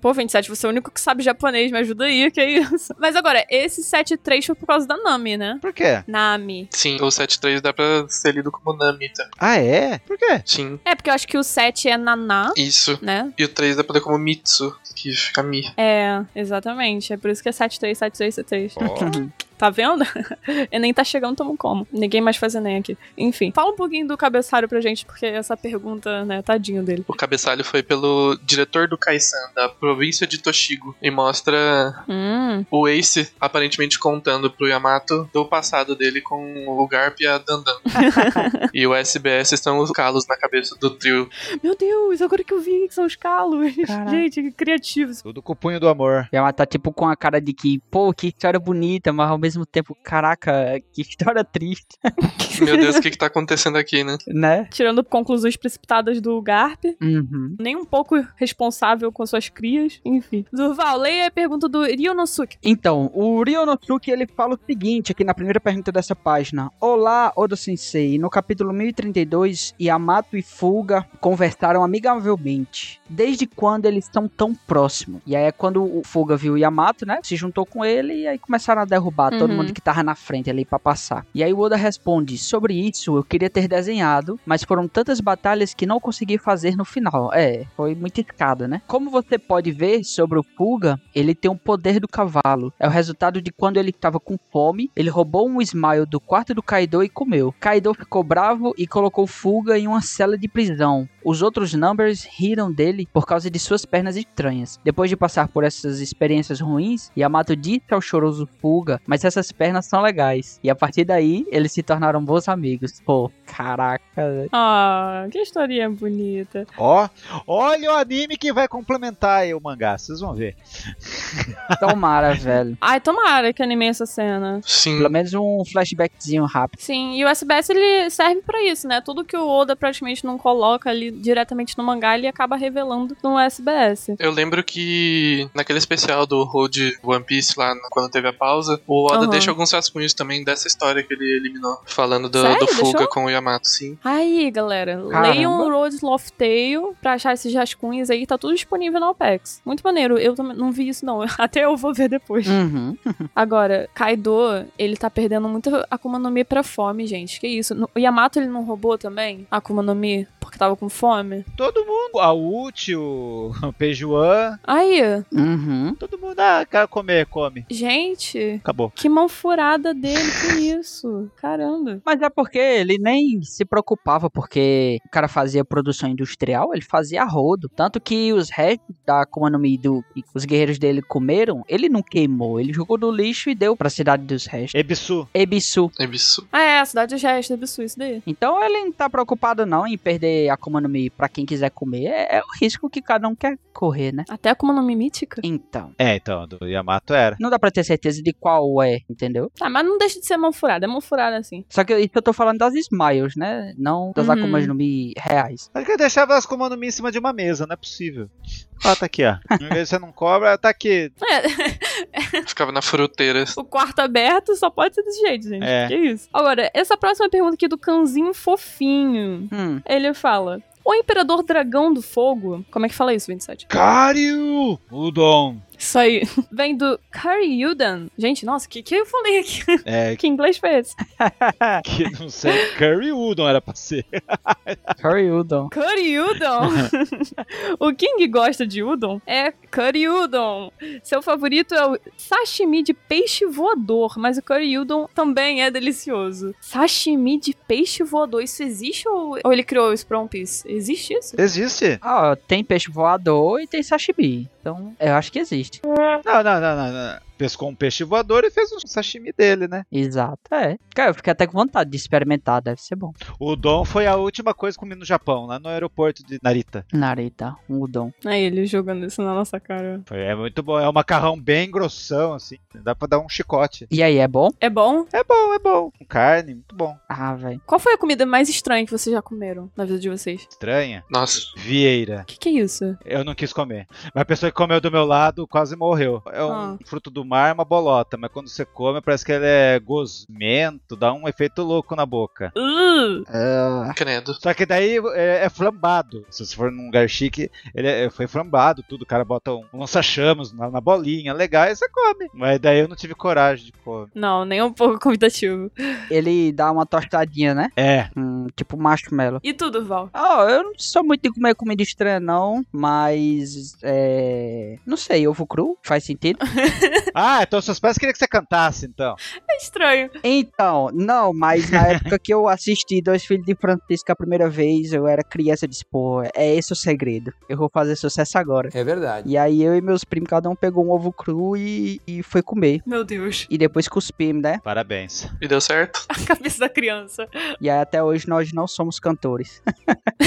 Pô, 27, você é o único que sabe japonês, me ajuda aí, que é isso. Mas agora, esse 7-3 foi por causa da Nami, né?
Por quê?
Nami.
Sim, o 7-3 dá pra ser lido como Namita.
Ah, é? Por quê?
Sim,
É, porque eu acho que o 7 é Naná,
isso.
né?
E o 3 dá pra ler como Mitsu, que fica Mi.
É, exatamente. É por isso que é 7-3, 7-3, 7-3.
Ó,
Tá vendo? Enem tá chegando, tamo como. Ninguém mais faz Enem aqui. Enfim, fala um pouquinho do cabeçalho pra gente, porque essa pergunta, né, tadinho dele.
O cabeçalho foi pelo diretor do Kaisan, da província de Toshigo, e mostra
Hum,
o Ace aparentemente contando pro Yamato do passado dele com o Garp e a Dandan. e o SBS estão os calos na cabeça do trio.
meu Deus, agora que eu vi que são os calos.
Caraca.
Gente, que criativos.
tudo com o punho do amor.
E ela tá tipo com a cara de que, pô, que história bonita, mas ao mesmo tempo, caraca, que história triste,
Meu Deus, o que que tá acontecendo aqui, né?
né?
Tirando conclusões precipitadas do Garp,
Uhum.
nem um pouco responsável com suas crias, enfim. Durval, leia a pergunta do Ryonosuke.
Então, o Rionosuke ele fala o seguinte aqui na primeira pergunta dessa página. Olá, Odo Sensei. No capítulo 1032, Yamato e Fuga conversaram amigavelmente. Desde quando eles estão tão próximos? E aí é quando o Fuga viu o Yamato, né? Se juntou com ele e aí começaram a derrubar todo
Uhum.
mundo que tava na frente ali pra passar. E aí o Oda responde: Sobre isso eu queria ter desenhado, mas foram tantas batalhas que não consegui fazer no final. É, foi muito escada, né? Como você pode ver sobre o Fuga, ele tem o poder do cavalo. É o resultado de quando ele tava com fome, ele roubou um smile do quarto do Kaido e comeu. Kaido ficou bravo e colocou Fuga em uma cela de prisão. Os outros Numbers riram dele por causa de suas pernas estranhas. Depois de passar por essas experiências ruins, Yamato disse ao choroso Fuga, mas essas pernas são legais. E a partir daí, eles se tornaram bons amigos. Pô, caraca. velho.
Ah, que historinha bonita.
Ó, olha o anime que vai complementar aí o mangá, vocês vão ver.
Tomara, velho.
Ai, tomara que anime essa cena.
Sim.
Pelo menos um flashbackzinho rápido.
Sim, e o SBS ele serve pra isso, né? Tudo que o Oda praticamente não coloca ali diretamente no mangá, ele acaba revelando no SBS.
Eu lembro que naquele especial do Road One Piece lá, no- quando teve a pausa, o Oda
Aham.
deixa alguns rascunhos também dessa história que ele eliminou, falando do,
Sério?
do Fuga
Deixou?
com o Yamato, sim.
Aí, galera,
Caramba.
leiam o Road Love Tale pra achar esses rascunhos aí, tá tudo disponível na OPEX. Muito maneiro, eu também não vi isso não, até eu vou ver depois.
Uhum.
Agora, Kaido, ele tá perdendo muita Akuma no Mi pra fome, gente. Que isso? No- O Yamato, ele não roubou também a Akuma no Mi? Porque tava com fome?
Todo mundo, a Uchi, o Peijuan,
Aí,
Uhum.
todo mundo, ah, quer comer, come.
gente,
Acabou.
que mão furada dele, que isso? Caramba.
Mas é porque ele nem se preocupava, porque o cara fazia produção industrial, ele fazia a rodo. Tanto que os restos da Akuma no Mi do que os guerreiros dele comeram, ele não queimou, ele jogou no lixo e deu pra cidade dos restos.
Ebisu,
Ebisu.
Ebisu.
Ah, é, a cidade já é absurdo isso daí.
Então ele não tá preocupado não em perder a Akuma no Mi pra quem quiser comer. É, é o risco que cada um quer correr, né?
Até a Akuma no Mi mítica?
Então,
é, então, do Yamato era.
não dá pra ter certeza de qual é, entendeu?
Tá, mas não deixa de ser mão furada, é mão furada assim.
Só que isso eu tô falando das Smiles, né? Não das
Uhum.
Akumas no Mi reais.
Acho que eu deixava as comando minha em cima de uma mesa, não é possível. Ó, tá aqui, ó. Em vez de você não cobra, tá aqui.
É,
Ficava na fruteira.
o quarto aberto só pode ser desse jeito, gente.
É.
Que isso? Agora, essa próxima pergunta aqui do cãozinho fofinho.
Hum.
Ele fala... O Imperador Dragão do Fogo... Como é que fala isso, 27?
Karyu Udon.
Isso aí. Vem do Karyudan. Gente, nossa, o que, que eu falei aqui?
É,
Que inglês foi esse?
que não sei, Curry Udon era pra ser.
Curry Udon.
Karyudan. o King gosta de Udon? É Karyudan. Seu favorito é o sashimi de peixe voador, mas o Karyudan também é delicioso. Sashimi de peixe voador. Isso existe ou, ou ele criou isso pra One Piece? Existe isso?
Existe?
Ah, tem peixe voador e tem sashimi. Então, eu acho que existe.
Não, não, não, não, não. Pescou um peixe voador e fez um sashimi dele, né?
Exato, é. Cara, eu fiquei até com vontade de experimentar, deve ser bom.
O Dom foi a última coisa que comi no Japão, lá no aeroporto de Narita.
Narita, um udon.
É ele jogando isso na nossa cara.
Foi- é muito bom, é um macarrão bem grossão, assim. Dá pra dar um chicote.
E aí, é bom?
É bom?
É bom, é bom. Com carne, muito bom.
Ah, velho.
Qual foi a comida mais estranha que vocês já comeram na vida de vocês?
Estranha.
Nossa,
Vieira.
O que, que é isso?
Eu não quis comer. Mas a pessoa que comeu do meu lado quase morreu. É um
Ah.
fruto do do mar é uma bolota, mas quando você come parece que ele é gosmento, dá um efeito louco na boca.
Uh,
É.
Ah,
Credo.
Só que daí é, é flambado. Se você for num lugar chique, ele é- foi flambado, tudo. O cara bota um lança-chamas na, na bolinha, legal, e você come. Mas daí eu não tive coragem de comer.
não, nem um pouco convidativo.
ele dá uma tostadinha, né?
É,
Hum, tipo marshmallow.
E tudo, Val?
Ah, eu não sou muito de comer comida estranha, não, mas. É. Não sei, ovo cru? Faz sentido?
Ah, então seus pais queriam que você cantasse, então.
É estranho.
Então, não, mas na época que eu assisti Dois Filhos de Francisco a primeira vez, eu era criança e disse, pô, é esse o segredo. Eu vou fazer sucesso agora.
É verdade.
E aí eu e meus primos, cada um pegou um ovo cru e, e foi comer.
Meu Deus,
E depois cuspimos, né?
Parabéns.
E deu certo?
a cabeça da criança.
E aí até hoje nós não somos cantores.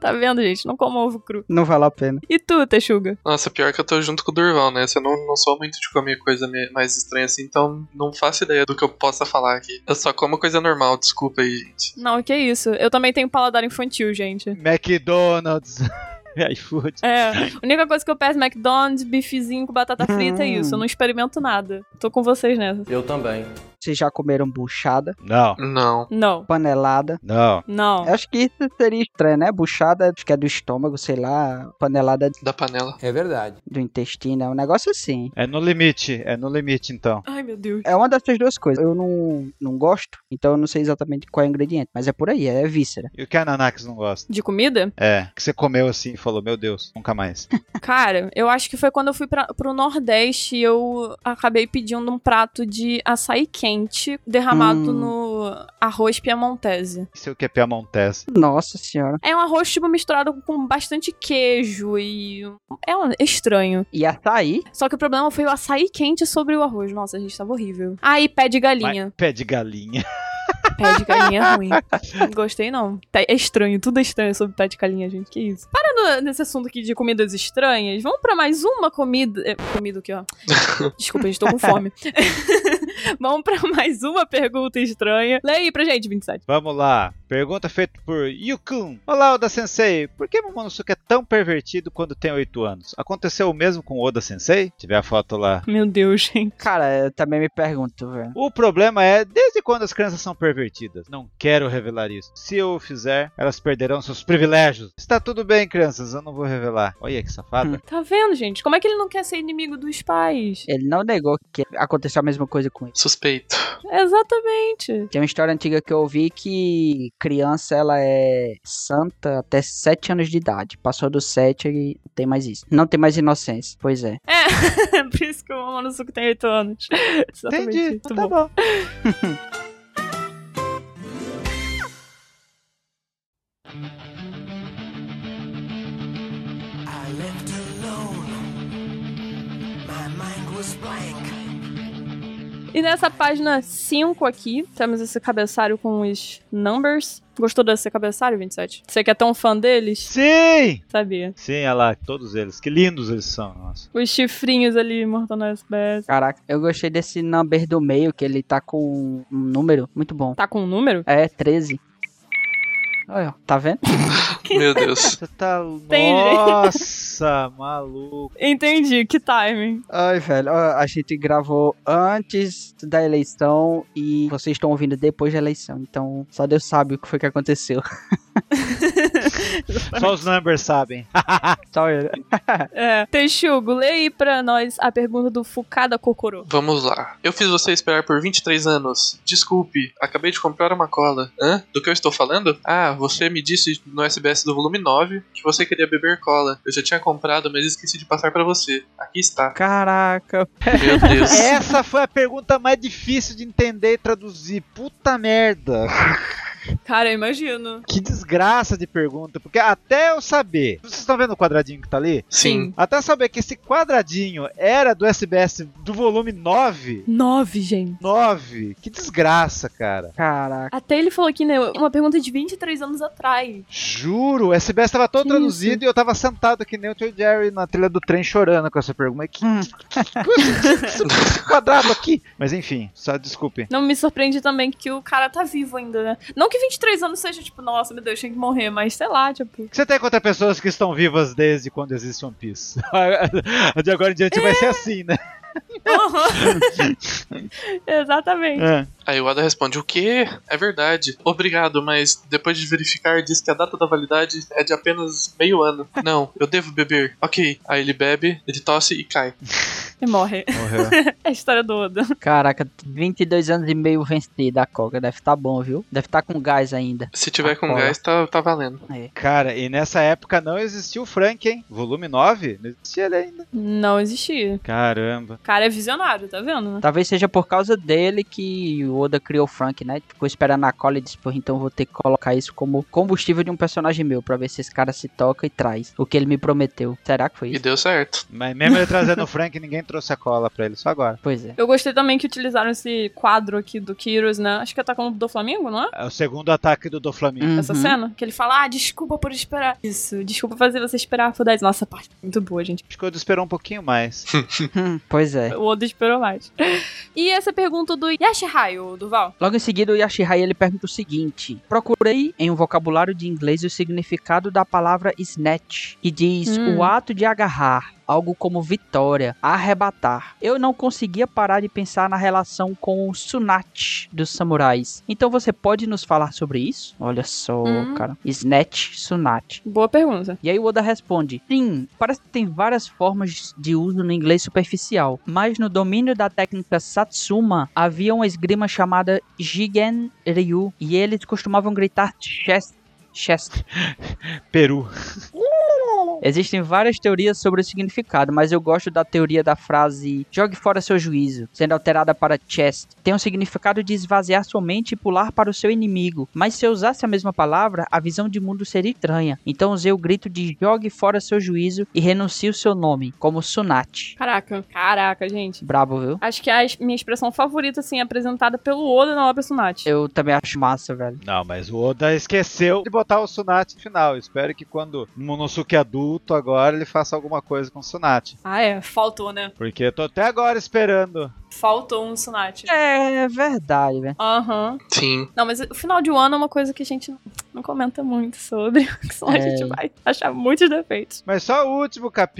Tá vendo, gente? Não como ovo cru.
Não vale a pena.
E tu, Texuga?
Nossa, pior que eu tô junto com o Durval, né? Eu não, não sou muito de comer coisa me- mais estranha assim, então não faço ideia do que eu possa falar aqui. Eu só como coisa normal, desculpa aí, gente.
Não, que é isso. Eu também tenho paladar infantil, gente.
McDonald's. iFood.
É, a única coisa que eu peço é McDonald's, bifezinho com batata frita, é
Hum.
isso. Eu não experimento nada. Tô com vocês nessa.
Eu também.
Vocês já comeram buchada,
Não,
Não.
Não,
panelada.
não.
não.
Eu Acho que isso seria estranho, né? Buchada, acho que é do estômago, sei lá. Panelada
Da panela.
É verdade.
do intestino, é um negócio assim.
É no limite, é no limite, então.
Ai, meu Deus.
É uma dessas duas coisas. Eu não, não gosto, então eu não sei exatamente qual é o ingrediente, mas é por aí, é víscera.
E o que a Nanax não gosta?
De comida?
É, que você comeu assim e falou, meu Deus, nunca mais.
Cara, eu acho que foi quando eu fui pra, pro Nordeste e eu acabei pedindo um prato de açaí quente derramado
Hum.
no arroz piemontese.
Isso é o que é Piamontese.
Nossa senhora.
É um arroz, tipo, misturado com bastante queijo e... É um- é estranho.
E açaí?
Só que o problema foi o açaí quente sobre o arroz. Nossa, gente, tava horrível. Aí, pé de galinha.
Mas Pé de galinha.
Pé de galinha é ruim. Não Gostei, não. Tá- É estranho, tudo é estranho sobre pé de galinha, gente. Que isso? Parando nesse assunto aqui de comidas estranhas, vamos pra mais uma comida. é, Comida o quê, ó? Desculpa, gente, tô com fome. vamos pra mais uma pergunta estranha. Lê aí pra gente, 27.
Vamos lá. Pergunta feita por Yukun. Olá, Oda Sensei. Por que Momonosuke é tão pervertido quando tem 8 anos? Aconteceu o mesmo com Oda Sensei? Tiver a foto lá.
Meu Deus, gente.
Cara, eu também me pergunto, velho.
O problema é desde quando as crianças são pervertidas. Não quero revelar isso. Se eu o fizer, elas perderão seus privilégios. Está tudo bem, crianças, eu não vou revelar. Olha que safada.
Tá vendo, gente? Como é que ele não quer ser inimigo dos pais?
Ele não negou que aconteceu a mesma coisa com ele.
Suspeito.
Exatamente.
Tem uma história antiga que eu ouvi que criança ela é santa até 7 anos de idade. Passou dos 7 e não tem mais isso. Não tem mais inocência. Pois é.
É, por isso que o Momonosuke tem 8 anos. Exatamente.
Entendi.
Muito
Tá
bom.
bom.
E nessa página 5 aqui, temos esse cabeçalho com os numbers. Gostou desse cabeçalho, 27? Você que é tão fã deles?
Sim!
Sabia.
Sim, olha lá, todos eles. Que lindos eles são, nossa.
Os chifrinhos ali, Mortando SBS.
Caraca, eu gostei desse number do meio, que ele tá com um número muito bom.
Tá com um número?
É, 13. Olha, ó, tá vendo?
Meu Deus.
Você tá.
Tem jeito.
Nossa, maluco.
Entendi, que timing.
Ai, velho, ó, a gente gravou antes da eleição e vocês estão ouvindo depois da eleição. Então, só Deus sabe o que foi que aconteceu.
Só os numbers sabem.
Só eu.
É. Teixugo, lê aí pra nós a pergunta do Fukada Kokoro.
Vamos lá. Eu fiz você esperar por 23 anos. Desculpe, acabei de comprar uma cola. Hã? Do que eu estou falando? Ah, você me disse no SBS do volume 9 que você queria beber cola. Eu já tinha comprado, mas esqueci de passar pra você. Aqui está.
Caraca,
Meu Deus.
Essa foi a pergunta mais difícil de entender e traduzir. Puta merda.
Cara, eu imagino.
Que desgraça de pergunta. Porque até eu saber. Vocês estão vendo o quadradinho que tá ali?
Sim.
Até eu saber que esse quadradinho era do SBS do volume 9.
Nove, gente.
9. Que desgraça, cara.
caraca.
Até ele falou aqui, né? Uma pergunta de 23 anos atrás.
Juro, o SBS tava todo
Que
traduzido
isso?
e eu tava sentado que nem o tio Jerry na trilha do trem chorando com essa pergunta. Que, que quadrado aqui. Mas enfim, só desculpe.
Não me surpreende também que o cara tá vivo ainda, né? Não que 23 anos seja tipo, nossa, meu Deus, tem que morrer, mas sei lá, tipo.
O que você tem contra pessoas que estão
É.
vivas desde quando existe One Piece? De agora em diante vai ser assim, né?
Aham. Uhum. Exatamente.
É.
Aí o Ada responde: O quê? É verdade. Obrigado, mas depois de verificar, diz que a data da validade é de apenas meio ano. Não, eu devo beber. Ok. Aí ele bebe, ele tosse e cai.
E morre.
Morreu.
É a história do Oda.
Caraca, 22 anos e meio vencido a Coca. Deve tá bom, viu? Deve tá com gás ainda.
Se tiver com
Agora.
gás, tá, tá valendo.
É.
Cara, e nessa época não existia o Frank, hein? Volume 9? Não existia ele ainda.
Não existia.
Caramba.
O cara é visionário, tá vendo? né?
Talvez seja por causa dele que o Oda criou o Frank, né? Ficou esperando a cola e disse, pô, então vou ter que colocar isso como combustível de um personagem meu, pra ver se esse cara se toca e traz o que ele me prometeu. Será que foi
E
isso?
deu certo.
Mas mesmo ele trazendo o Frank, ninguém trouxe a cola pra ele, só agora.
Pois é.
Eu gostei também que utilizaram esse quadro aqui do Kiros, né? Acho que tá com o do Flamengo, não é?
É o segundo ataque do Doflamingo.
Essa
Uhum.
cena, que ele fala, ah, desculpa por esperar isso, desculpa fazer você esperar por 10. Nossa, a parte é muito boa,
Hum.
gente.
Acho que o Oda esperou um pouquinho mais.
Hum, pois é.
O Oda esperou mais. E essa pergunta do Yashihai, o Duval.
Logo em seguida, o Yashihai ele pergunta o seguinte: Procurei em um vocabulário de inglês o significado da palavra snatch, que diz
Hum.
o ato de agarrar, algo como vitória, arrebatar. Eu não conseguia parar de pensar na relação com o sunat dos samurais. Então você pode nos falar sobre isso? Olha só,
Hum.
cara. Snatch, sunat.
Boa pergunta.
E aí o Oda responde: Sim, parece que tem várias formas de uso no inglês superficial, mas no domínio da técnica Satsuma havia uma esgrima chamada Jigen Ryu e eles costumavam gritar chest. Chest.
Peru.
Existem várias teorias sobre o significado, mas eu gosto da teoria da frase jogue fora seu juízo, sendo alterada para chest. Tem um significado de esvaziar sua mente e pular para o seu inimigo, mas se eu usasse a mesma palavra, a visão de mundo seria estranha. Então usei o grito de jogue fora seu juízo e renuncie o seu nome, como Sunat.
Caraca. Caraca, gente.
Brabo, viu?
Acho que a es- minha expressão favorita, assim, apresentada pelo Oda na obra Sunat.
Eu também acho massa, velho.
Não, mas o Oda esqueceu de botar o Sunat no final. Espero que quando o Monosuke adulto agora ele faça alguma coisa com o Sunat.
Ah, é. Faltou, né?
Porque eu tô até agora esperando.
Faltou um Sunat.
É verdade, velho.
Aham.
Sim.
Não, mas o final de um ano é uma coisa que a gente não comenta muito sobre, porque senão a
É.
gente vai achar muitos defeitos.
Mas só o último capítulo.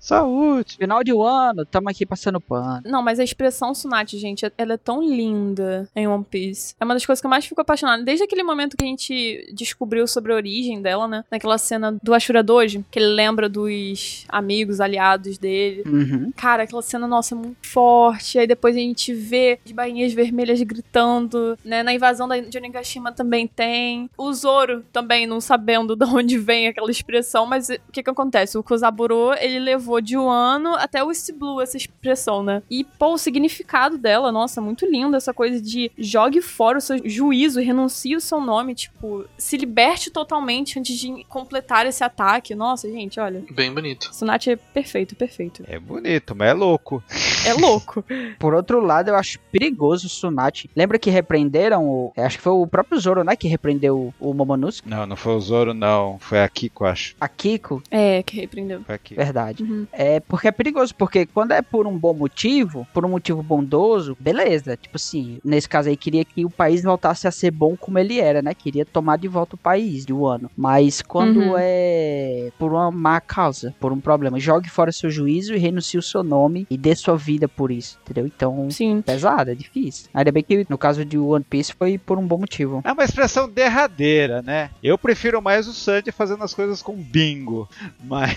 Só o último.
Final de um ano, tamo aqui passando pano.
Não, mas a expressão Sunat, gente, ela é tão linda em One Piece. É uma das coisas que eu mais fico apaixonada. Desde aquele momento que a gente descobriu sobre a origem dela, né? Naquela cena do Ashura Doji, que ele lembra dos amigos, aliados dele.
Uhum.
Cara, aquela cena, nossa, é muito forte. Aí depois a gente vê as bainhas vermelhas gritando, né? Na invasão da, de Onigashima também tem. O Zoro também, não sabendo de onde vem aquela expressão, mas eh, o que que acontece? O Kozaburo, ele levou de um ano até o East Blue essa expressão, né? E, pô, o significado dela, nossa, muito lindo. Essa coisa de jogue fora o seu juízo, renuncie o seu nome, tipo, se liberte totalmente antes de completar esse ataque. Nossa, gente, olha.
Bem bonito.
Sunat é perfeito, perfeito.
É bonito, mas é louco.
É louco.
Por outro lado, eu acho perigoso o Sunat. Lembra que repreenderam o. é, Acho que foi o próprio Zoro, né? Que repreendeu o Momonosuke.
Não, não foi o Zoro, não. Foi a Kiko, acho.
A Kiko.
É, que repreendeu.
Foi a Kiko.
Verdade.
Uhum.
É porque é perigoso, porque quando é por um bom motivo, por um motivo bondoso, beleza. Tipo assim, nesse caso aí, queria que o país voltasse a ser bom como ele era, né? Queria tomar de volta o país de um ano. Mas quando
Uhum.
é por uma má causa, por um problema, jogue fora seu juízo e renuncie o seu nome e dê sua vida por isso, entendeu? Então,
Sim.
pesado, é difícil. Ainda bem que no caso de One Piece foi por um bom motivo.
É uma expressão derradeira, né? Eu prefiro mais o Sandy fazendo as coisas com bingo. Mas,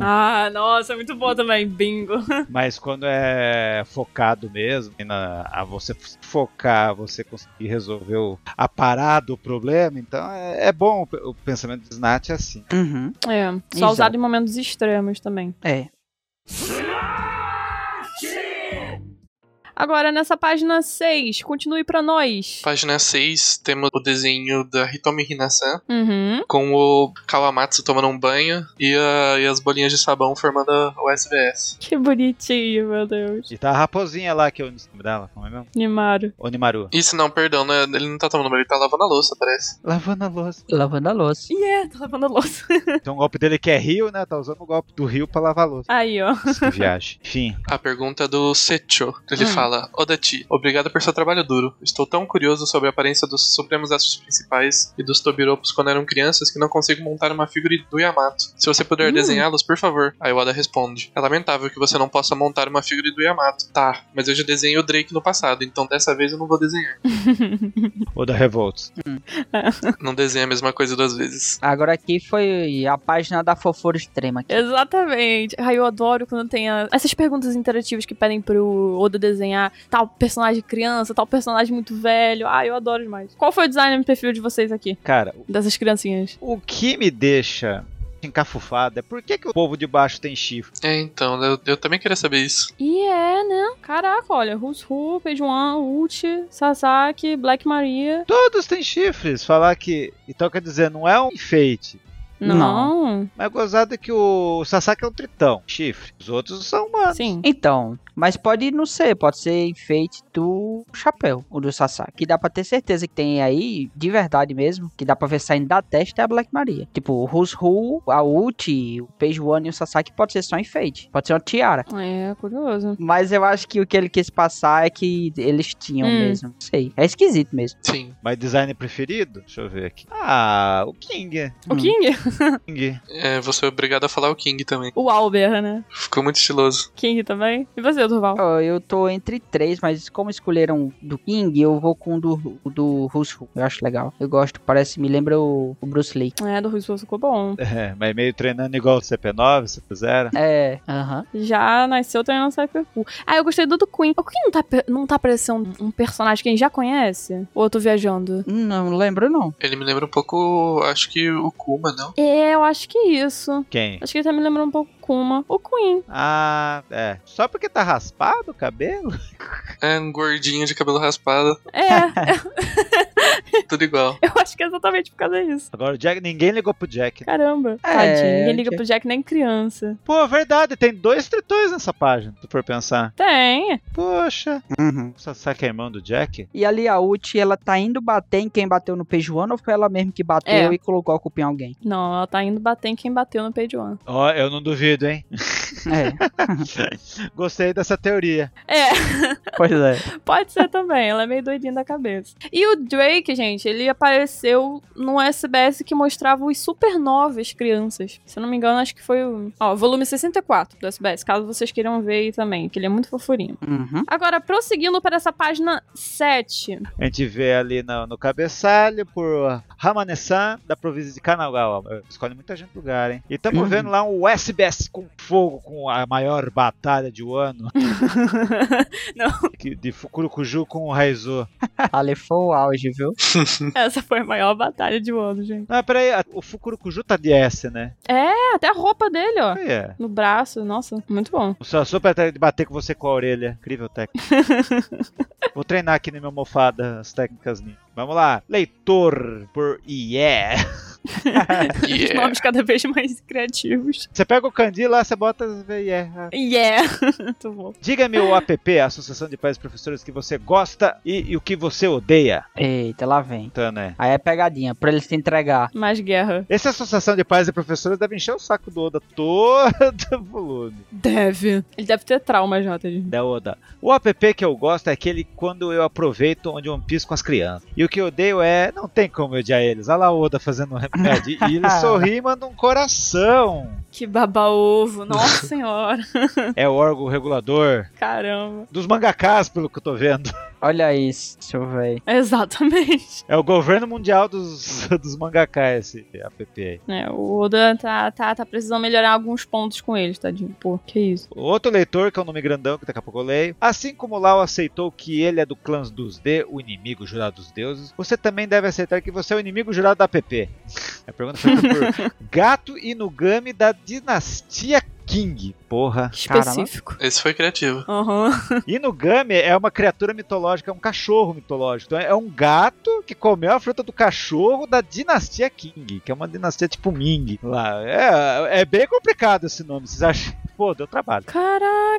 Ah, nossa, muito boa também, bingo.
mas quando é focado mesmo, e na, a você focar, você conseguir resolver o, a parada, o problema, então é, é bom. O pensamento de Snatch é assim.
Uhum.
É, só
Exato.
usado em momentos extremos também.
É,
Agora, nessa página 6, continue pra nós.
Página 6, temos o desenho da Hitomi Hinasan
Uhum.
com o Kawamatsu tomando um banho e, a- e as bolinhas de sabão formando o SBS.
Que bonitinho, meu Deus.
E tá a raposinha lá, que eu não sei o nome dela, como é mesmo?
Nimaru.
Onimaru.
Isso não, perdão, né? ele não tá tomando banho, ele tá lavando a louça, parece.
Lavando a louça.
lavando a louça.
E é, tá lavando a louça.
Então o golpe dele que é rio, né? Tá usando o golpe do rio pra lavar a louça.
Aí, ó.
Que viagem. Enfim.
A pergunta é do Secho. Ele
Hum.
fala. fala: Odati, obrigado por seu trabalho duro. Estou tão curioso sobre a aparência dos Supremos Astros Principais e dos Tobiropos quando eram crianças que não consigo montar uma figura do Yamato. Se você puder desenhá-los, por favor. Aí o Oda responde: É lamentável que você não possa montar uma figura do Yamato. Tá, mas eu já desenhei o Drake no passado, então dessa vez eu não vou desenhar.
Oda Revolts.
não desenha a mesma coisa duas vezes.
Agora aqui foi a página da fofura extrema. aqui.
Exatamente. Ai, eu adoro quando tem a- essas perguntas interativas que pedem pro Oda desenhar tal personagem criança, tal personagem muito velho. Ai, eu adoro demais. Qual foi o design do perfil de vocês aqui?
Cara,
Dessas criancinhas.
o que me deixa encafufado é por que, que o povo de baixo tem chifre?
É, então, eu, eu também queria saber isso.
E é, né? Caraca, olha. Who's Who, Peijuan, Uchi, Sasaki, Black Maria.
Todos têm chifres. Falar que. Então quer dizer, não é um enfeite.
Não.
Mas gozado é que o Sasaki é um tritão. Chifre. Os outros são humanos.
Sim.
Então, mas pode não ser, pode ser enfeite do chapéu, o do Sasaki. Que dá pra ter certeza que tem aí, de verdade mesmo, que dá pra ver saindo da testa é a Black Maria. Tipo, o Rushu, a Uchi, o Peijuan e o Sasaki pode ser só enfeite. Pode ser uma tiara.
É, curioso.
Mas eu acho que o que ele quis passar é que eles tinham
Hum.
mesmo. Não sei. É esquisito mesmo.
Sim,
Mas design preferido? Deixa eu ver aqui. Ah, o King.
O King?
King.
é, você é obrigado a falar o King também.
O Albert, né?
Ficou muito estiloso.
King também. E você, Durval?
Ó, eu tô entre três, mas como escolheram do King, eu vou com o do, o do Rushu. Eu acho legal. Eu gosto, parece, me lembra o, o Bruce Lee.
É, do Rui Souza ficou bom.
É, mas meio treinando igual o CP9, se fizeram.
É, aham.
Já nasceu treinando Cyberpool. Ah, eu gostei do do Queen. O Queen não tá, pe- não tá parecendo um personagem que a gente já conhece? Ou eu tô viajando?
Não lembro, não.
Ele me lembra um pouco, acho que o Kuma, não?
É, eu acho que isso.
Quem?
Acho que ele tá me lembrando um pouco Kuma. O Queen.
Ah, é. Só porque tá raspado o cabelo?
É um gordinho de cabelo raspado,
É,
tudo igual.
eu acho que é exatamente por causa disso.
Agora o Jack, ninguém ligou pro Jack.
Caramba.
É,
Tadinho. Ninguém liga
Jack.
pro Jack nem criança.
Pô, é verdade, tem dois tritões nessa página, se tu for pensar.
Tem.
Poxa,
Uhum.
o Sasaki é irmão do Jack?
E ali a Uchi, ela tá indo bater em quem bateu no Pejuano ou foi ela mesmo que bateu
É.
e colocou a culpa em alguém?
Não, ela tá indo bater em quem bateu no Page One.
Ó, eu não duvido, hein?
É,
Gostei dessa teoria.
É.
pois é.
Pode ser também, ela é meio doidinha da cabeça. E o Drake, gente, ele apareceu no SBS que mostrava os supernovas crianças. Se eu não me engano, acho que foi o ó, volume 64 do SBS, caso vocês queiram ver aí também, que ele é muito fofurinho.
Uhum.
Agora, prosseguindo para essa página 7.
A gente vê ali no, no cabeçalho por Ramanessan, da província de Kanagawa. Escolhe muita gente do lugar, hein? E tamo
Uhum.
vendo lá um SBS com fogo, com a maior batalha de um ano.
não,
que- De Fukurokuju com o Raizo.
Ali foi o auge, viu?
essa foi a maior batalha de ano, gente.
Não, peraí, a- o Fukurokuju tá de S, né?
É, até a roupa dele, ó.
Aí é.
No braço, nossa, muito bom.
O Sassu pra de bater com você com a orelha. Incrível técnica. Vou treinar aqui na minha almofada as técnicas minhas. Vamos lá. Leitor por IE.
Os
Yeah.
nomes cada vez mais criativos.
Você pega o Candi lá, você bota IE.
Yeah! muito bom.
Diga-me o APP, a Associação de Pais e Professores, que você gosta e, e o que você odeia.
Eita, lá vem.
Então, né?
Aí é pegadinha, pra ele se entregar.
Mais guerra.
Essa associação de pais e professores deve encher o saco do Oda todo o volume.
Deve. Ele deve ter trauma já, tadinho.
Da Oda. O app que eu gosto é aquele quando eu aproveito onde One Piece com as crianças. E o que eu odeio é. Não tem como eu odiar eles. Olha lá o Oda fazendo um remédio. e ele sorri e manda um coração.
Que baba ovo, nossa senhora,
É o órgão regulador
caramba.
dos mangakás, pelo que eu tô vendo.
Olha isso, velho.
Exatamente.
É o governo mundial dos, dos mangakás, esse app aí.
É, o Oda tá, tá, tá precisando melhorar alguns pontos com eles, tadinho. Pô, que isso.
Outro leitor, que é um nome grandão, que daqui a pouco eu leio. Assim como Lau aceitou que ele é do clã dos D, o inimigo jurado dos deuses, você também deve aceitar que você é o inimigo jurado da APP. A pergunta foi feita por Gato Inugami da dinastia King. Porra.
Que específico.
Esse foi criativo.
Aham.
Inugami é uma criatura mitológica, é um cachorro mitológico. Então é um gato que comeu a fruta do cachorro da dinastia King, que é uma dinastia tipo Ming. Lá. É, é bem complicado esse nome, vocês acham? Pô, deu trabalho.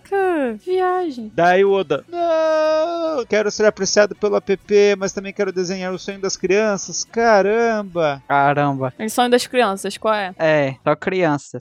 Caraca, viagem.
Daí o Oda, não, quero ser apreciado pelo app, mas também quero desenhar o sonho das crianças, caramba.
Caramba.
Eles sonho das crianças, qual é?
É, só criança.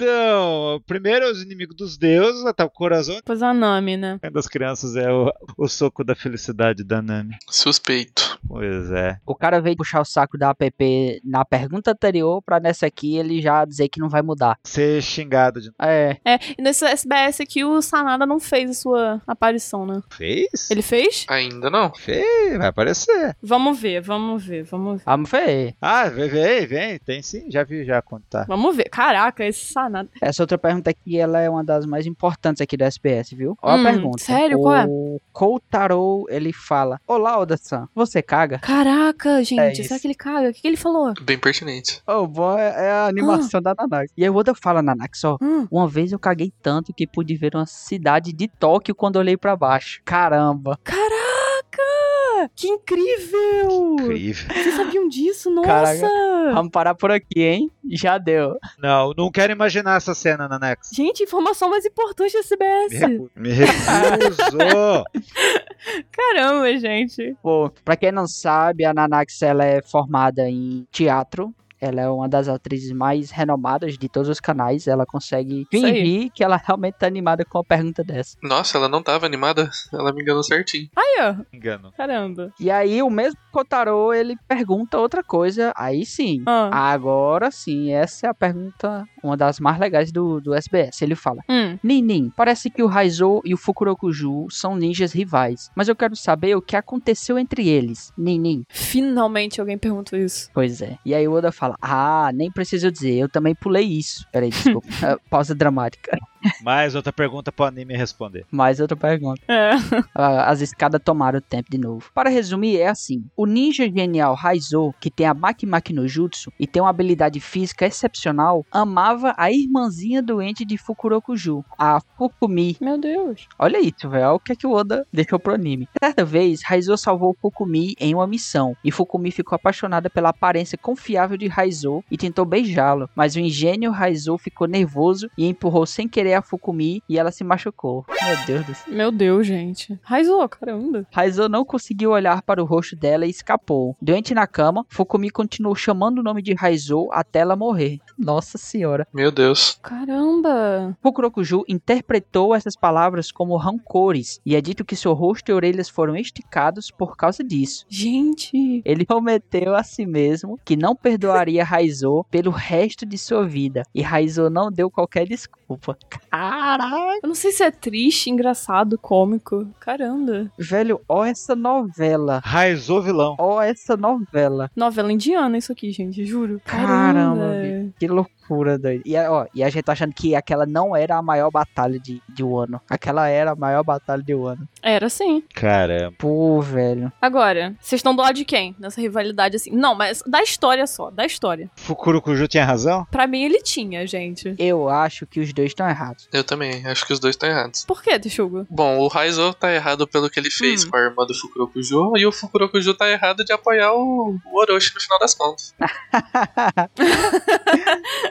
Então, primeiro é os inimigos dos deuses, tá o coração
Pois é o nome, né?
das crianças é o, o soco da felicidade da Nami.
Suspeito.
Pois é.
O cara veio puxar o saco da app na pergunta anterior pra nessa aqui ele já dizer que não vai mudar.
Ser xingado de.
É,
É, e nesse SBS aqui o Sanada não fez a sua aparição, né?
Fez?
Ele fez?
Ainda não.
Fez, vai aparecer.
Vamos ver, vamos ver, vamos ver.
vamos ver.
Ah, vem, vem, vem, tem sim, já vi já quando tá.
Vamos ver. Caraca, esse Sanada.
Essa outra pergunta aqui, ela é uma das mais importantes aqui do SPS, viu? Ó
Hum,
a pergunta.
sério?
O
Qual é?
Koutaro, ele fala, Olá, Oda-san, você caga?
Caraca,
É
gente,
isso.
será que ele caga? O que, que ele falou?
Bem pertinente.
Oh, bom, é é a
Ah.
animação da Nanaki. E aí o Oda fala, Nanaki, só...
Hum.
Uma vez eu caguei tanto que pude ver uma cidade de Tóquio quando olhei pra baixo. Caramba.
Caraca! Ah, Que incrível!
Incrível.
Vocês sabiam disso? Nossa! Tá.
Vamos parar por aqui, hein? Já deu.
Não, não quero imaginar essa cena na Nex.
Gente, informação mais importante da
Me,
CBS.
recu- me recuso.
Caramba, gente.
Pô, pra quem não sabe, a Nanax ela é formada em teatro. Ela é uma das atrizes mais renomadas de todos os canais. Ela consegue
Isso aí.
fingir que ela realmente tá animada com uma pergunta dessa.
Nossa, ela não tava animada. Ela me enganou certinho.
Aí, ó.
Engano.
Caramba.
E aí, o mesmo Kotaro, ele pergunta outra coisa. Aí sim.
Ah.
Agora sim, essa é a pergunta, uma das mais legais do, do SBS. Ele fala:
Hum.
Ninin, parece que o Raizou e o Fukurokuju são ninjas rivais, mas eu quero saber o que aconteceu entre eles. Ninin,
Finalmente alguém perguntou isso.
Pois é. E aí o Oda fala: Ah, nem preciso dizer, eu também pulei isso. Peraí, desculpa. Ah, Pausa dramática.
Mais outra pergunta pro anime responder.
Mais outra pergunta.
É.
Ah, as escadas tomaram tempo de novo. Para resumir, é assim: o ninja genial Raizou, que tem a Makimaki no Jutsu e tem uma habilidade física excepcional, amava a irmãzinha doente de Fukurokuju, a Fukumi.
Meu Deus.
Olha isso, velho. Olha o que, é que o Oda deixou pro anime. Certa vez, Raizou salvou Fukumi em uma missão, e Fukumi ficou apaixonada pela aparência confiável de Raizou e tentou beijá-lo, mas o ingênio Raizou ficou nervoso e empurrou sem querer a Fukumi e ela se machucou. Meu Deus do céu.
Meu Deus, gente. Raizou, caramba.
Raizou não conseguiu olhar para o rosto dela e escapou. Doente na cama, Fukumi continuou chamando o nome de Raizou até ela morrer. Nossa senhora.
Meu Deus.
Caramba.
Fukurokuju interpretou essas palavras como rancores e é dito que seu rosto e orelhas foram esticados por causa disso.
Gente.
Ele prometeu a si mesmo que não perdoaria Raizou pelo resto de sua vida e Raizou não deu qualquer desculpa. Caraca!
Eu não sei se é triste, engraçado, cômico. Caramba.
Velho, ó essa novela.
Raizou vilão.
Ó essa novela.
Novela indiana isso aqui, gente, juro.
Caramba,
Caramba.
bicho, que loucura, doido. E, ó, e a gente tá achando que aquela não era a maior batalha de, de Wano. Aquela era a maior batalha de Wano.
Era sim.
Caramba.
Pô, velho.
Agora, vocês estão do lado de quem? Nessa rivalidade assim. Não, mas da história só, da história.
Fukurukuju tinha razão?
Pra mim ele tinha, gente.
Eu acho que os dois estão errados.
Eu também. Acho que os dois estão errados.
Por que, Teixugo?
Bom, o Raizou tá errado pelo que ele fez
Hum.
com a irmã do Fukurokujo. E o Fukurokujo tá errado de apoiar o, o Orochi no final das contas.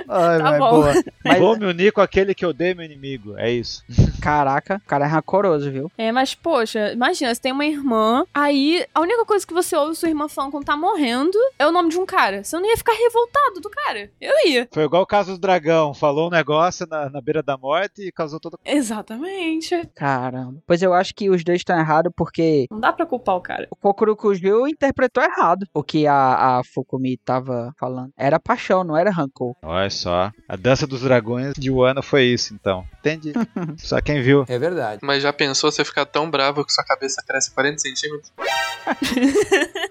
Ai,
Tá
mas
bom.
boa. Mas-
Vou me unir com aquele que odeia meu inimigo. É isso.
Caraca, o cara é rancoroso, viu?
É, mas poxa, imagina, você tem uma irmã, aí a única coisa que você ouve sua irmã falando quando tá morrendo é o nome de um cara. Você não ia ficar revoltado do cara. Eu ia.
Foi igual o caso do dragão. Falou um negócio na, na beira da morte e causou toda.
Exatamente.
Caramba. Pois eu acho que os dois estão errados porque
Não dá pra culpar o cara.
o Kokurokuju interpretou errado o que a, a Fukumi tava falando. Era paixão, não era rancor.
Olha só. A dança dos dragões de Wano foi isso, então. Entendi. só quem viu.
É verdade.
Mas já pensou você ficar tão bravo que sua cabeça cresce 40 centímetros?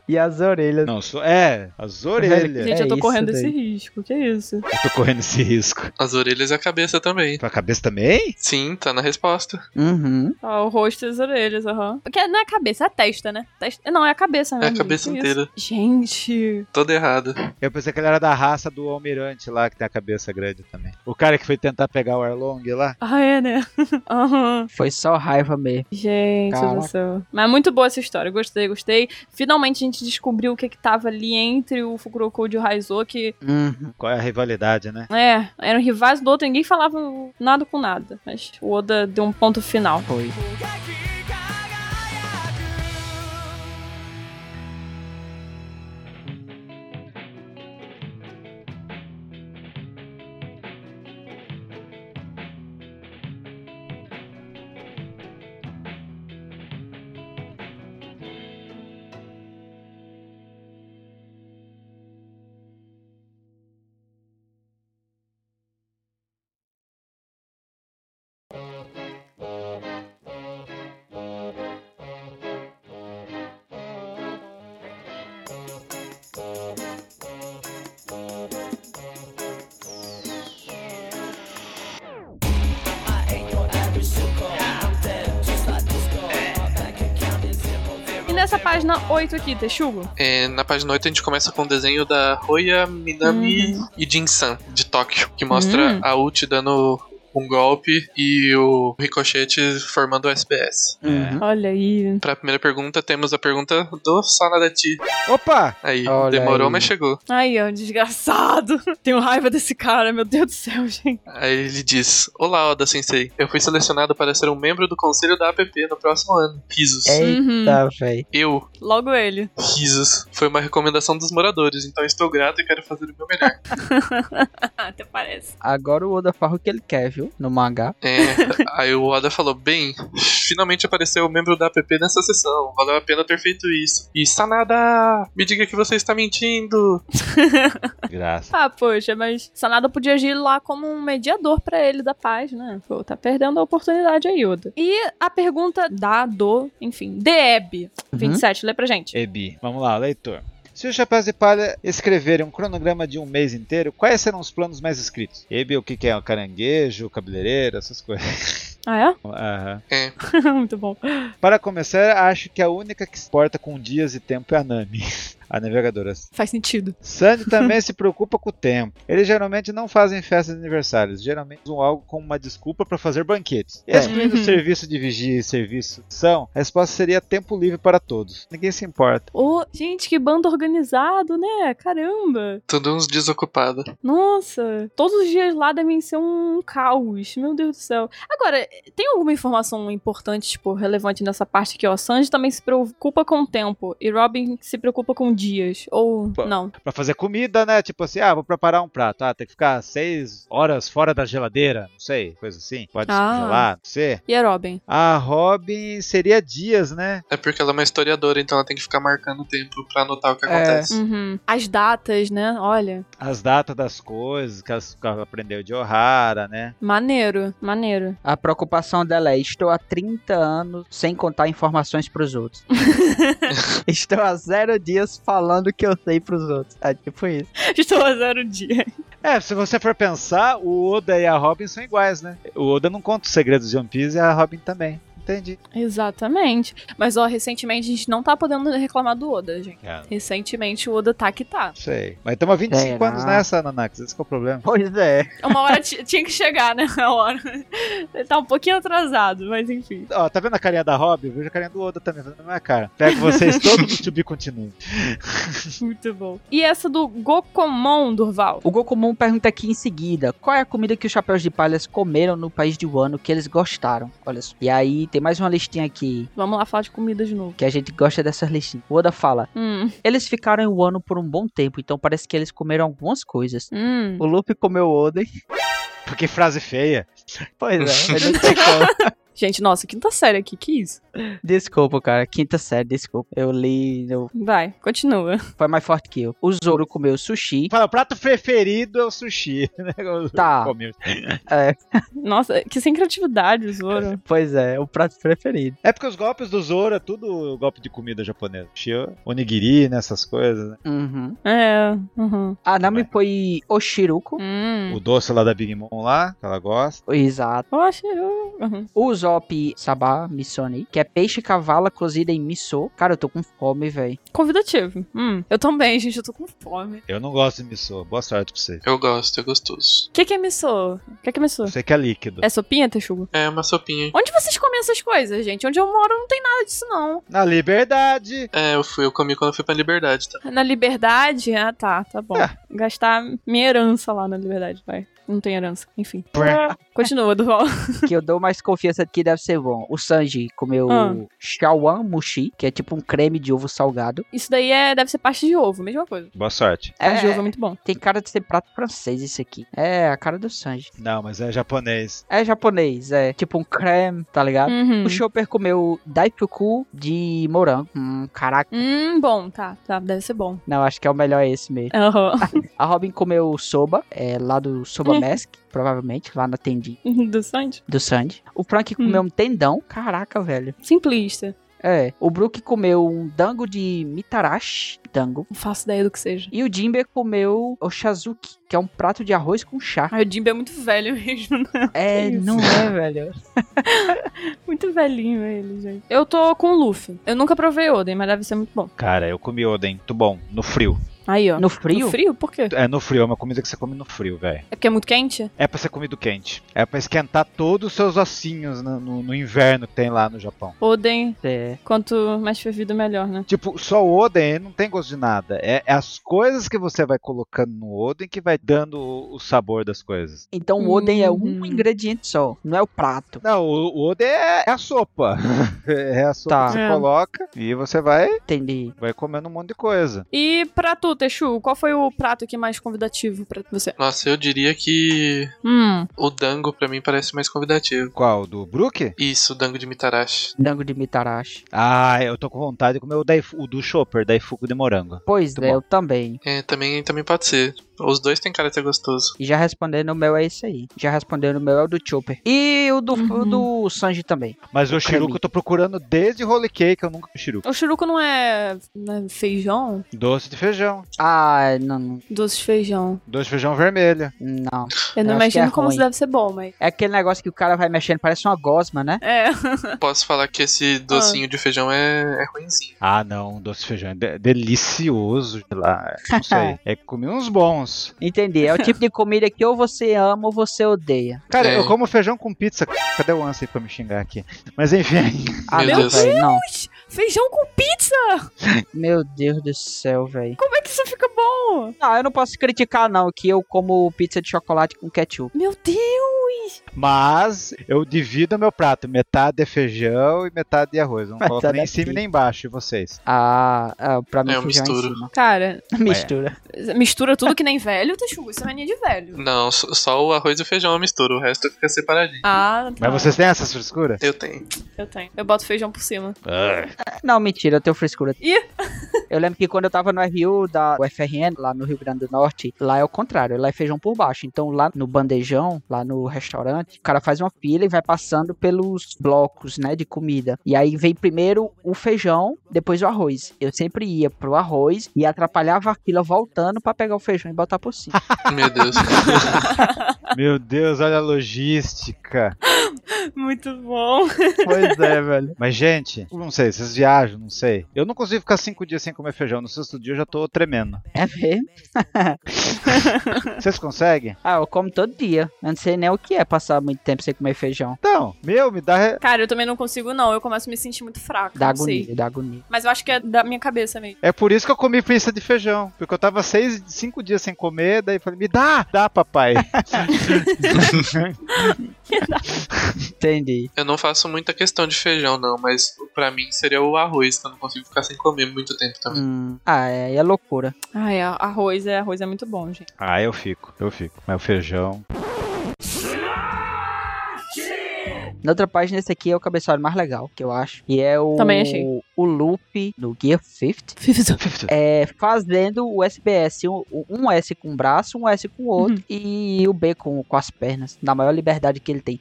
E as orelhas.
Não, sou. É, as orelhas.
Gente,
É
eu tô
isso
correndo
daí.
esse risco. Que isso?
Eu tô correndo esse risco.
As orelhas e a cabeça também.
Tua cabeça também?
Sim, tá na resposta.
Uhum.
Ó, o rosto e as orelhas, aham. Porque não é a cabeça, é a testa, né? Testa... Não, é a cabeça
É
mesmo.
a cabeça
gente, que
inteira.
isso? Gente.
Toda errada.
Eu pensei que ele era da raça do almirante lá, que tem a cabeça grande também. O cara que foi tentar pegar o Arlong lá.
Ah, é, né? Aham.
Foi só raiva mesmo.
Gente
Caraca.
do céu. Mas é muito boa essa história. Gostei, gostei. Finalmente a gente descobriu o que que tava ali entre o Fukurokou e o Raizou, que,
Uhum.
Qual é a rivalidade, né?
é, eram rivais do outro, ninguém falava nada com nada. Mas o Oda deu um ponto final.
Foi.
Começa a página 8 aqui, Texugo.
É, na página 8 a gente começa com o desenho da Hoya Minami e Jin-san, de Tóquio, que mostra
Uhum. Hum.
a ult dando um golpe e o ricochete formando o SBS.
Uhum.
Olha aí.
Pra primeira pergunta, temos a pergunta do Sanadati.
Opa!
Aí,
Olha
demorou,
aí.
mas chegou.
Aí, ó, desgraçado. Tenho raiva desse cara, meu Deus do céu, gente.
Aí ele diz: Olá, Oda Sensei. Eu fui selecionado para ser um membro do conselho da APP no próximo ano. Risos.
Uhum.
Tá, véi.
Eu,
Logo ele.
risos, foi uma recomendação dos moradores, então estou grato e quero fazer o meu melhor.
Até parece.
Agora o Oda farra o que ele quer, viu? No mangá.
É, aí o Oda falou: Bem, finalmente apareceu o membro da APP nessa sessão. Valeu a pena ter feito isso. E Sanada, me diga que você está mentindo.
Graça.
Ah, poxa, mas Sanada podia agir lá como um mediador pra ele da paz, né? Pô, tá perdendo a oportunidade aí, Yoda. E a pergunta da do, enfim, Deb,
Uhum.
27, lê pra gente.
Ebi, vamos lá, leitor. Se os chapéus de palha escreverem um cronograma de um mês inteiro, quais serão os planos mais escritos? Ebi, o que, que é? Caranguejo, cabeleireiro, essas coisas.
Ah,
Aham.
é? Muito bom.
Para começar, acho que a única que se porta com dias e tempo é a Nami, a navegadora.
Faz sentido.
Sandy também se preocupa com o tempo. Eles geralmente não fazem festas de aniversários, geralmente usam algo como uma desculpa para fazer banquetes.
É.
Excluindo o
Uhum.
serviço de vigia e serviço de são, a resposta seria tempo livre para todos. Ninguém se importa.
Ô, gente, que bando organizado, né? Caramba.
Tudo uns desocupada.
Nossa. Todos os dias lá devem ser um caos. Meu Deus do céu. Agora, tem alguma informação importante, tipo, relevante nessa parte aqui, ó? Sanji também se preocupa com o tempo. E Robin se preocupa com dias. Ou
Pô.
não.
Para fazer comida, né? Tipo assim, ah, vou preparar um prato. Ah, tem que ficar seis horas fora da geladeira, não sei, coisa assim. Pode
Ah.
descongelar, não sei.
E é Robin.
A Robin seria dias, né?
É porque ela é uma historiadora, então ela tem que ficar marcando o tempo pra anotar o que
É.
acontece.
Uhum. As datas, né? Olha.
As datas das coisas que as- que ela aprendeu de Ohara, né?
Maneiro. Maneiro.
A preocupação dela é: estou há 30 anos sem contar informações pros outros. estou há zero dias falando o que eu sei pros outros. É tipo isso.
Estou a zero dia.
É, se você for pensar, o Oda e a Robin são iguais, né? O Oda não conta os segredos de One Piece e a Robin também. Entendi.
Exatamente. Mas, ó, recentemente a gente não tá podendo reclamar do Oda, gente. Recentemente o Oda tá que tá.
Sei. Mas estamos há 25
Será?
anos nessa, Nanax. Esse que é o problema.
Pois é.
Uma hora ti- tinha que chegar, né? A hora. Ele tá um pouquinho atrasado, mas enfim.
Ó, tá vendo a carinha da Robin? Veja a carinha do Oda também, fazendo a minha cara. Pego vocês todos no Tubi Continue.
Muito bom. E essa do Gokomon, Durval?
O Gokumon pergunta aqui em seguida: qual é a comida que os chapéus de palhas comeram no país de Wano que eles gostaram? Olha só. E aí tem mais uma listinha aqui.
Vamos lá falar de comida de novo.
Que a gente gosta dessas listinhas. O Oda fala:
Hum,
Eles ficaram em Wano por um bom tempo, então parece que eles comeram algumas coisas.
hum.
O Luffy comeu Oden.
Porque frase feia.
Pois é, eu não sei como.
Gente, nossa, quinta série aqui, que isso?
Desculpa, cara. Quinta série, desculpa. Eu li. no-
Vai, continua.
Foi mais forte que eu. O Zoro comeu sushi.
Fala, o prato preferido é o sushi. Né?
Tá.
Comer.
É,
Nossa, que sem criatividade, Zoro.
pois é, o prato preferido.
É porque os golpes do Zoro é tudo golpe de comida japonesa. Shio, Onigiri, né? Essas coisas, né?
Uhum.
É, uhum.
A Nami foi Oshiruko.
Hum.
O doce lá da Big Mom lá, que ela gosta.
Exato.
Poxa, eu... uhum.
O Zop Sabá Missoni, que é peixe cavala cozida em miso. Cara, eu tô com fome, velho.
convidativo. Hum. Eu também, gente, eu tô com fome.
Eu não gosto de miso. Boa sorte pra você.
Eu gosto, é gostoso.
O que que é missô? O que que é missô?
Você que é líquido.
É sopinha, Texugo?
É uma sopinha.
Onde vocês comem essas coisas, gente? Onde eu moro não tem nada disso, não.
Na liberdade!
É, eu fui, eu comi quando eu fui pra liberdade, tá?
Na liberdade? Ah, tá, tá bom.
É.
Gastar minha herança lá na liberdade, vai. Não tem herança. Enfim. Continua, Duval.
que eu dou mais confiança de que deve ser bom. O Sanji comeu
Ah.
Shawan Mushi, que é tipo um creme de ovo salgado.
Isso daí é, deve ser parte de ovo, mesma coisa.
Boa sorte.
Parte de ovo é muito bom.
Tem cara de ser prato francês isso aqui. É, a cara do Sanji.
Não, mas é japonês.
É japonês, é tipo um creme, tá ligado?
Uhum.
O Chopper comeu Daipyoku de morango. Hum, caraca.
Hum, bom, tá, tá, deve ser bom.
Não, acho que é o melhor esse mesmo.
Aham.
A Robin comeu soba, é, lá do Soba
Hum.
Mask, provavelmente, lá na tendinha
Do Sandy? Hum.
do Sandy. O Frank comeu um tendão. Caraca, velho.
Simplista.
É, o Brook comeu um dango de mitarashi, dango,
Não faço ideia do que seja.
e o Jimbe comeu o shazuki, que é um prato de arroz com chá.
Ah, o Jimbe é muito velho mesmo, né?
É,
isso?
não é, velho.
Muito velhinho ele, gente. Eu tô com o Luffy. Eu nunca provei Oden, mas deve ser muito bom.
Cara, eu comi Oden, muito bom, no frio.
Aí, ó.
No frio?
No frio? Por quê?
É, no frio, é uma comida que você come no frio, velho.
É porque é muito quente?
É pra ser comido quente. É pra esquentar todos os seus ossinhos no, no- no inverno que tem lá no Japão.
Oden,
É.
quanto mais fervido, melhor, né?
Tipo, só o Oden ele não tem gosto de nada. É, é as coisas que você vai colocando no Oden que vai dando o, o sabor das coisas.
Então o Oden é um
Hum.
ingrediente só, não é o prato.
Não, o, o Oden é, é a sopa. é a sopa
Tá.
que você
É.
coloca e você vai,
Entendi.
vai comendo um monte de coisa.
E pra tu, Teixu, qual foi o prato aqui mais convidativo pra você?
Nossa, eu diria que
Hum,
o dango pra mim parece mais convidativo.
Qual? Do Brook?
Isso, o dango de Mitarashi.
Dango de mitarashi.
Ah, eu tô com vontade de comer o, daifu, o do Chopper, daifuku de morango.
Pois
Muito
é,
bom.
eu também.
É, também, também pode ser. Os dois têm cara de ser gostoso.
E já respondendo o meu é esse aí. Já respondendo o meu é o do Chopper. E o do, o
Uhum.
do Sanji também.
Mas o
creminho.
Shiruko eu tô procurando desde Holy Cake, eu nunca comi Shiruko.
o churuco não é, não é feijão?
Doce de feijão.
Ah, não,
Doce de feijão.
Doce de feijão vermelho.
não.
Eu não
Eu acho
imagino
que é
como
ruim.
isso deve ser bom, mas...
É aquele negócio que o cara vai mexendo, parece uma gosma, né?
É,
Posso falar que esse docinho de feijão é, é ruinzinho.
Ah, não, doce de feijão é de- delicioso de lá. Não sei. é que comi uns bons.
Entendi. É o tipo de comida que ou você ama ou você odeia.
Cara,
É.
eu como feijão com pizza. Cadê o Ansem pra me xingar aqui? Mas enfim.
Ah,
Meu
não,
Deus.
velho, não.
feijão com pizza!
Meu Deus do céu, velho.
Como é que isso fica bom?
Não, eu não posso criticar, não, que eu como pizza de chocolate com ketchup.
Meu Deus!
Mas eu divido meu prato. Metade é feijão e metade é arroz. Não
Metade
coloco nem
é
em cima e
pizza.
nem embaixo. E vocês?
Ah, ah pra mim
É, eu
feijão em
misturo.
cima.
Cara,
Mistura.
mistura tudo que nem velho, Teixu. Isso é mania de velho.
Não, só só o arroz e o feijão eu misturo, o resto fica separadinho.
Ah, tá.
Mas vocês têm essas frescuras?
Eu tenho.
Eu tenho. Eu boto feijão por cima.
Não, mentira, eu tenho frescura.
Ih!
Eu lembro que quando eu tava no RU da UFRN, lá no Rio Grande do Norte, lá é o contrário, lá é feijão por baixo. Então lá no bandejão, lá no restaurante, o cara faz uma fila e vai passando pelos blocos, né, de comida. E aí vem primeiro o feijão, depois o arroz. Eu sempre ia pro arroz e atrapalhava a fila voltando pra pegar o feijão e botar por cima.
Meu Deus.
Meu Deus, olha a logística.
Muito bom.
pois é, velho.
Mas, gente, não sei, vocês viajam, não sei. Eu não consigo ficar cinco dias sem comer feijão. No sexto dia eu já tô tremendo.
É mesmo?
Vocês conseguem?
Ah, eu como todo dia. Eu não sei nem o que é passar muito tempo sem comer feijão.
Então, meu, me dá. re-
Cara, eu também não consigo, não. Eu começo a me sentir muito fraca.
Dá
Ah, não sei.
agonia, dá agonia.
Mas eu acho que é da minha cabeça mesmo.
É por isso que eu comi pizza de feijão. Porque eu tava seis, cinco dias sem comer, daí eu falei, me dá! Dá, papai.
Entendi.
Eu não faço muita questão de feijão, não, mas pra mim seria o arroz, que eu não consigo ficar sem comer muito tempo também.
Hum. Ah, é, é loucura.
Ai, a- arroz Ah, é, arroz é muito bom, gente.
ah, eu fico, eu fico. Mas o feijão.
Na outra página, esse aqui é o cabeçalho mais legal, que eu acho. E é o.
Também achei.
O loop do Gear 50. É fazendo o SBS. Um, um S com um braço, um S com o
Uhum.
outro. E o B com, com as pernas. Na maior liberdade que ele tem.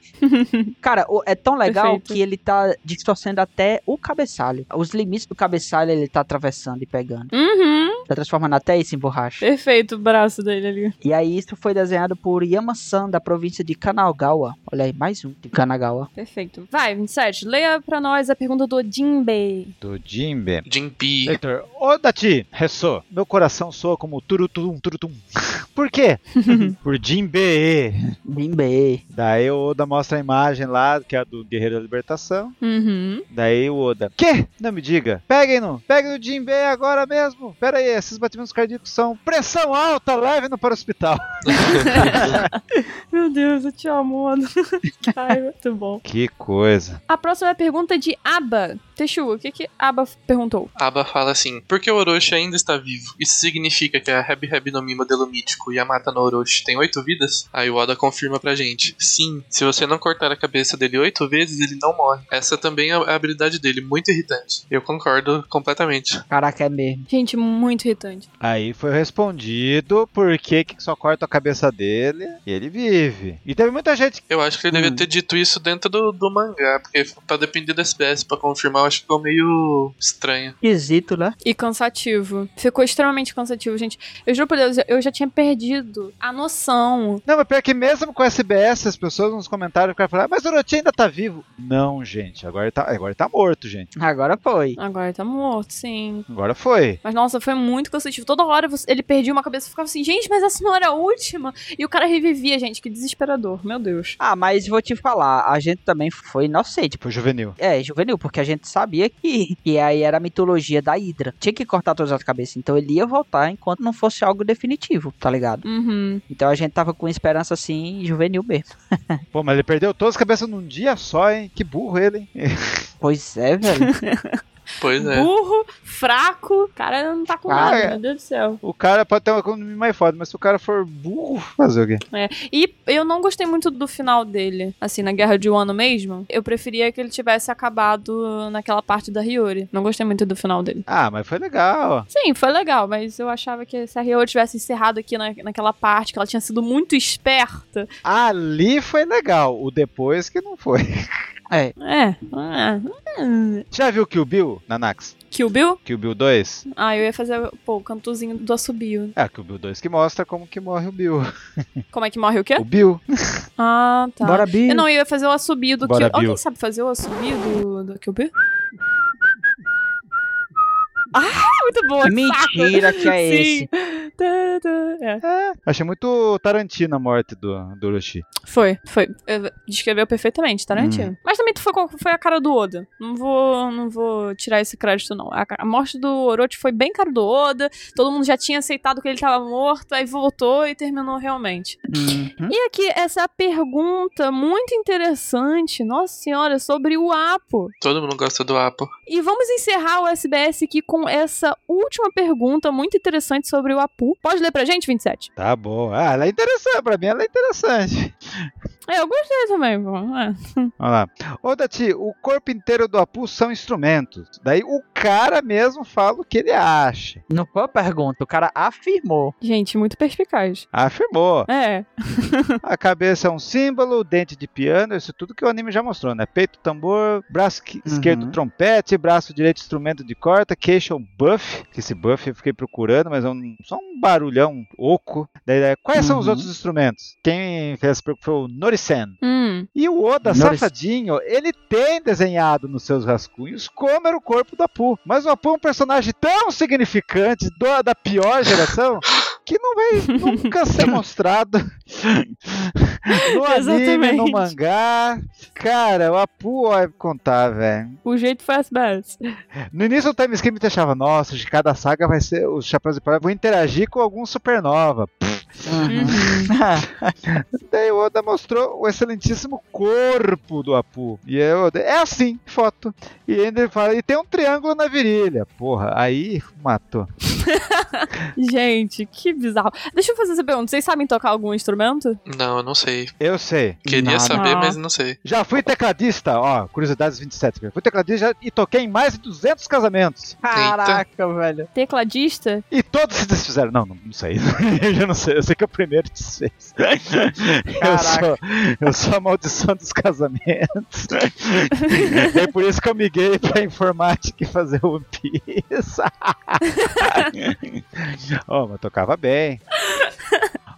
Cara, o- é tão legal
Perfeito.
que ele tá distorcendo até o cabeçalho. Os limites do cabeçalho ele tá atravessando e pegando.
Uhum.
Tá transformando até isso em borracha.
Perfeito o braço dele ali.
E aí, isso foi desenhado por Yamasan, da província de Kanagawa. Olha aí, mais um de Kanagawa.
Perfeito. Vai, 27. Leia pra nós a pergunta do Jinbei.
Do Jimbe.
Jimpi.
Heitor, ô Dati, ressou. Meu coração soa como turutum, turutum. Por quê? Por Jimbe.
Bimbe.
Daí o Oda mostra a imagem lá, que é a do Guerreiro da Libertação.
Uhum.
Daí o Oda. Quê? Não me diga. Peguem-no. Peguem o Jimbe agora mesmo. Pera aí, esses batimentos cardíacos são pressão alta, leve-no para o hospital.
Meu Deus, eu te amo, mano. Ai, muito bom.
Que coisa.
A próxima é a pergunta de Aba. Teixu, o que que Aba perguntou?
Aba fala assim: Por que o Orochi ainda está vivo? Isso significa que a Heb Heb no Mi modelo mítico e a Mata no Orochi tem oito vidas? Aí o Oda confirma pra gente: Sim, se você não cortar a cabeça dele oito vezes, ele não morre. Essa também é a habilidade dele, muito irritante. Eu concordo completamente.
Caraca, é mesmo.
Gente, muito irritante.
Aí foi respondido por que que só corta a cabeça dele e ele vive. E teve muita gente.
Eu acho que ele
Hum.
devia ter dito isso dentro do, do mangá, porque tá dependendo do SBS pra confirmar acho que ficou meio estranho.
Esquisito, né?
E cansativo. Ficou extremamente cansativo, gente. Eu juro por Deus, eu já tinha perdido a noção.
Não, mas pior que mesmo com SBS, as pessoas nos comentários ficaram falando, "Ah, mas o Orochi ainda tá vivo. Não, gente, agora ele tá, agora ele tá morto, gente.
Agora foi.
Agora tá morto, sim.
Agora foi.
Mas nossa, foi muito cansativo. Toda hora você- ele perdia uma cabeça e ficava assim, gente, mas essa não era a última. E o cara revivia, gente, que desesperador. Meu Deus.
Ah, mas vou te falar, a gente também foi inocente.
Foi juvenil.
É, juvenil, porque a gente sabia que. E aí era a mitologia da Hidra. Tinha que cortar todas as cabeças. Então ele ia voltar enquanto não fosse algo definitivo, tá ligado?
Uhum.
Então a gente tava com esperança assim, juvenil mesmo.
Pô, mas ele perdeu todas as cabeças num dia só, hein? Que burro ele, hein?
Pois é, velho.
Pois é.
Burro, fraco, o cara não tá com
Cara.
nada, meu Deus do céu.
Ah, O cara pode ter uma economia mais foda, mas se o cara for burro, fazer o quê?
E eu não gostei muito do final dele, assim, na Guerra de Wano mesmo. Eu preferia que ele tivesse acabado naquela parte da Hiyori. Não gostei muito do final dele.
Ah, mas foi legal.
Sim, foi legal, mas eu achava que se a Hiyori tivesse encerrado aqui na, naquela parte, que ela tinha sido muito esperta.
Ali foi legal, o depois que não foi.
É.
É. Ah, hum.
Já viu Kill Bill, Nanax?
Kill Bill?
Kill Bill 2?
Ah, eu ia fazer, pô, o cantozinho do assobio.
É, Kill Bill 2 que mostra como que morre o Bill.
Como é que morre o quê?
O Bill.
Ah, tá.
Bora, Bill.
Eu não, eu ia fazer o assobio do
Bora,
Kill Alguém
Bill.
sabe fazer o assobio do, do Kill Bill? Ah, muito boa. que
Mentira
saco.
que é
Sim.
esse.
Tá, tá. É.
É, achei muito Tarantino a morte do, do Orochi.
Foi, foi. Eu- Descreveu perfeitamente, Tarantino. Mas também tu foi, com- foi a cara do Oda. Não vou, não vou tirar esse crédito, não. A, ca- a morte do Orochi foi bem cara do Oda. Todo mundo já tinha aceitado que ele tava morto, aí voltou e terminou realmente.
Uhum.
E aqui, essa é pergunta muito interessante, nossa senhora, sobre o Apo.
Todo mundo gosta do Apo.
E vamos encerrar o SBS aqui com essa última pergunta muito interessante sobre o Apu. Pode ler pra gente, 27?
Tá bom. Ah, ela é interessante, pra mim ela é interessante.
É, eu gostei também. pô. É.
Olha lá. Ô, Dati, o corpo inteiro do Apu são instrumentos. Daí o cara mesmo fala o que ele acha.
Não foi uma pergunta, o cara afirmou.
Gente, muito perspicaz.
Afirmou.
É,
A cabeça é um símbolo, o dente de piano, isso tudo que o anime já mostrou, né? Peito, tambor, braço que- esquerdo,
Uhum.
trompete, braço direito, instrumento de corda, queixo, é um buff. Que esse buff eu fiquei procurando, mas é um, só um barulhão oco. Daí, daí, quais são os
Uhum.
outros instrumentos? Quem fez essa pergunta foi o Norisen.
Hum,
E o Oda,
Notice-
safadinho, ele tem desenhado nos seus rascunhos como era o corpo do Apu. Mas o Apu é um personagem tão significante do- da pior geração que não vai nunca ser mostrado no anime, no
Exatamente.
mangá. Cara, o Apu, ó, é contar, velho.
o jeito foi SBS.
No início do time skip eu achava, nossa, de cada saga vai ser, os Chapéus de Palha vão interagir com algum supernova.
Uhum.
Uhum.
Daí É, o Oda mostrou o excelentíssimo corpo do Apu. E aí o Oda, é assim, foto. E ainda ele fala, e tem um triângulo na virilha. Porra, aí matou.
Gente, que bizarro. Deixa eu fazer essa pergunta. Vocês sabem tocar algum instrumento?
Não, eu não sei.
Eu sei.
Queria
Nada.
saber,
Ah.
mas não sei.
Já fui tecladista, ó, curiosidades 27. cara. Fui tecladista e toquei em mais de 200 casamentos.
Caraca, velho.
Tecladista?
E todos se desfizeram. Não, não, não sei. eu já não sei. Eu sei que é o primeiro que desfez. Eu sou,
Caraca.
eu sou a maldição dos casamentos. é por isso que eu miguei pra informática e fazer One Piece. oh, mas tocava bem.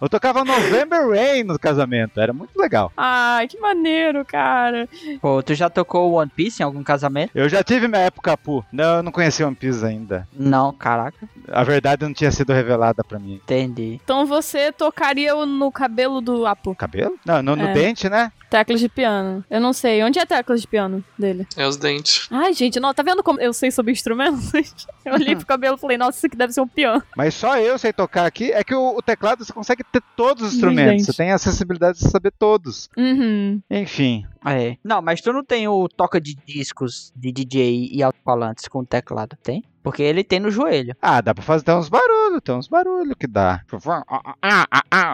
Eu tocava November Rain no casamento, era muito legal.
Ai, que maneiro, cara.
Pô, tu já tocou One Piece em algum casamento?
Eu já tive minha época pu. Não, eu não conhecia One Piece ainda.
Não, caraca.
A verdade não tinha sido revelada pra mim.
Entendi.
Então você tocaria o- no cabelo do Apo?
Cabelo? Não, no, no
É.
dente, né?
Teclas de piano. Eu não sei. Onde é a tecla de piano dele?
É os dentes.
Ai, gente, não, tá vendo como eu sei sobre instrumentos? Eu olhei pro cabelo e falei, nossa, isso aqui deve ser um piano.
Mas só eu sei tocar aqui. É que o, o teclado você consegue ter todos os instrumentos.
dentes.
Você tem a acessibilidade de saber todos.
Uhum.
Enfim.
É. Não, mas tu não tem o toca de discos de DJ e alto-falantes com teclado, tem? Porque ele tem no joelho.
Ah, dá pra fazer tem uns barulhos, tem uns barulhos que dá.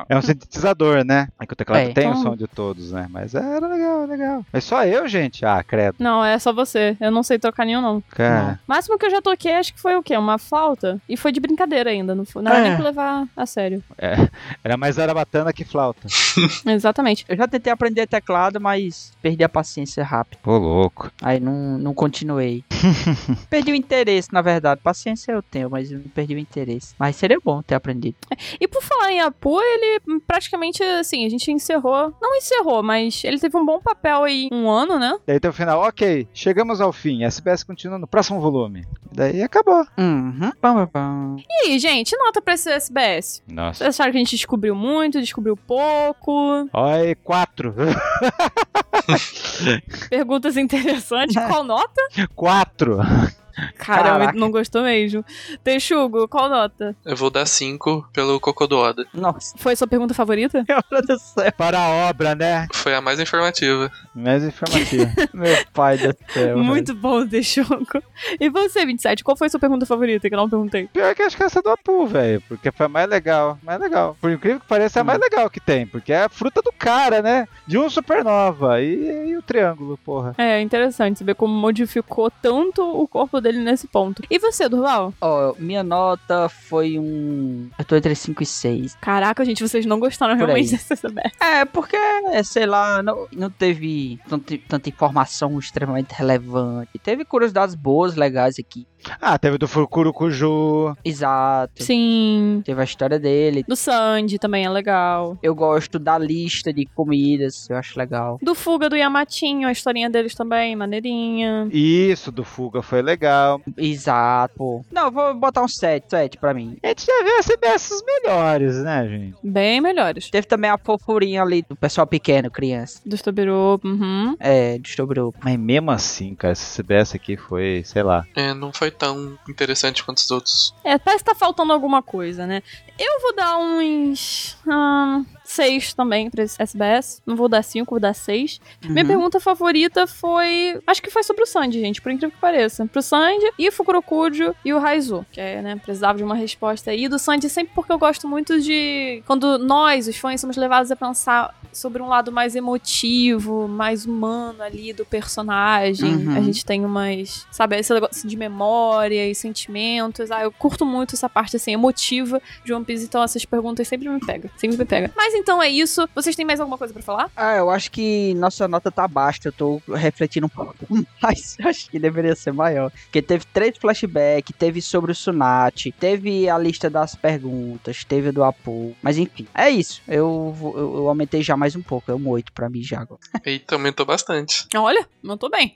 É um sintetizador, né? É que o teclado
É,
tem o
então-
som de todos, né? Mas era legal, legal. Mas só eu, gente? Ah, credo.
Não, é só você. Eu não sei tocar nenhum, não.
Cara.
Máximo que eu já toquei, acho que foi o quê? Uma flauta? E foi de brincadeira ainda. Não, foi, não era
É.
nem pra levar a sério.
Era mais arabatana que flauta.
Exatamente.
Eu já tentei aprender teclado, mas perdi a paciência rápido.
Ô, louco.
Aí não, não continuei. perdi o interesse, na verdade. Paciência eu tenho, mas eu não perdi o interesse. Mas seria bom ter aprendido.
E por falar em Apu, ele hum, praticamente, assim, a gente encerrou. Não encerrou, mas ele teve um bom papel aí um ano, né?
Daí tem o final, ok, chegamos ao fim, SBS continua no próximo volume. Daí acabou.
Uhum. Pam, pam, pam.
E aí, gente, nota pra esse SBS.
Nossa.
Vocês acharam que a gente descobriu muito, descobriu pouco?
Oi, quatro.
Perguntas interessantes. Qual nota?
quatro.
Caramba,
Caraca.
não gostou mesmo. Texugo, qual nota?
Eu vou dar 5 pelo Cocô do Oda.
Nossa,
Foi a sua pergunta favorita?
meu Deus do céu.
Para a obra, né?
Foi a mais informativa.
Mais informativo. Meu pai do céu.
Muito bom, Texugo. E você, 27, qual foi a sua pergunta favorita que eu não perguntei?
Pior que acho que essa é do Apu, velho. Porque foi a mais legal. Mais legal. Por incrível que pareça, é a mais legal que tem. Porque é a fruta do cara, né? De um supernova. E, e o triângulo, porra.
É interessante saber como modificou tanto o corpo dele nesse ponto. E você, Durval?
Ó, minha nota foi um. Eu tô entre 5 e 6.
Caraca, gente, vocês não gostaram
Por aí.
realmente dessa CBS.
É, porque, é, sei lá, não, não teve tanto- tanta informação extremamente relevante. Teve curiosidades boas, legais aqui.
Ah, teve do Furukurukuju.
Exato.
Sim.
Teve a história dele.
Do Sandy também é legal.
Eu gosto da lista de comidas, eu acho legal.
Do Fuga do Yamatinho, a historinha deles também, maneirinha.
Isso, do Fuga foi legal.
Exato. pô. Não, vou botar um 7, 7 pra mim.
A gente já viu SBS os melhores, né, gente?
Bem melhores.
Teve também a fofurinha ali do pessoal pequeno, criança.
Do Stobiru, uhum.
É, de sobrou.
Mas mesmo assim, cara, esse SBS aqui foi, sei lá.
É, não foi tão interessante quanto os outros.
É, parece que tá faltando alguma coisa, né? Eu vou dar uns. ah, seis também pra esse SBS. Não vou dar cinco, vou dar seis. Minha pergunta favorita foi. Acho que foi sobre o Sandy, gente, por incrível que pareça. Pro Sandy e Fukurokujo e o Raizu. Que é, né? Precisava de uma resposta aí. E do Sandy sempre porque eu gosto muito de. Quando nós, os fãs, somos levados a pensar sobre um lado mais emotivo, mais humano ali do personagem.
Uhum.
A gente tem umas. Sabe, esse negócio de memória e sentimentos. Ah, eu curto muito essa parte assim, emotiva de One Piece, então essas perguntas sempre me pegam. Sempre me pegam. Mas então é isso. Vocês têm mais alguma coisa pra falar?
Ah, eu acho que nossa nota tá baixa. Eu tô refletindo um pouco mais. Eu acho que deveria ser maior. Porque teve três flashbacks, teve sobre o Sunat, teve a lista das perguntas, teve o do Apu. Mas enfim, é isso. Eu, vou- eu, eu aumentei já mais um pouco. É um 8 pra mim já agora.
Eita, aumentou bastante.
Olha, não tô bem.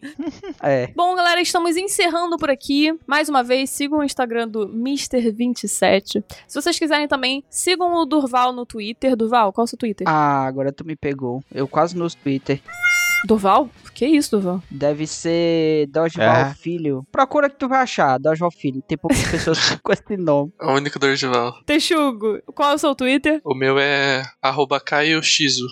É.
Bom, galera, estamos encerrando por aqui. Mais uma vez, sigam o Instagram do Mr27. Se vocês quiserem também, sigam o Durval no Twitter. Durval, qual é o seu Twitter?
Ah, agora tu me pegou. Eu quase no Twitter.
Durval? Que isso, Durval?
Deve ser Dodgeval
É.
Filho. Procura que tu vai achar. Dodgeval Filho. Tem poucas pessoas com esse nome.
O único Dorgival.
Texugo, qual é o seu Twitter?
O meu é arroba Caio Shizu.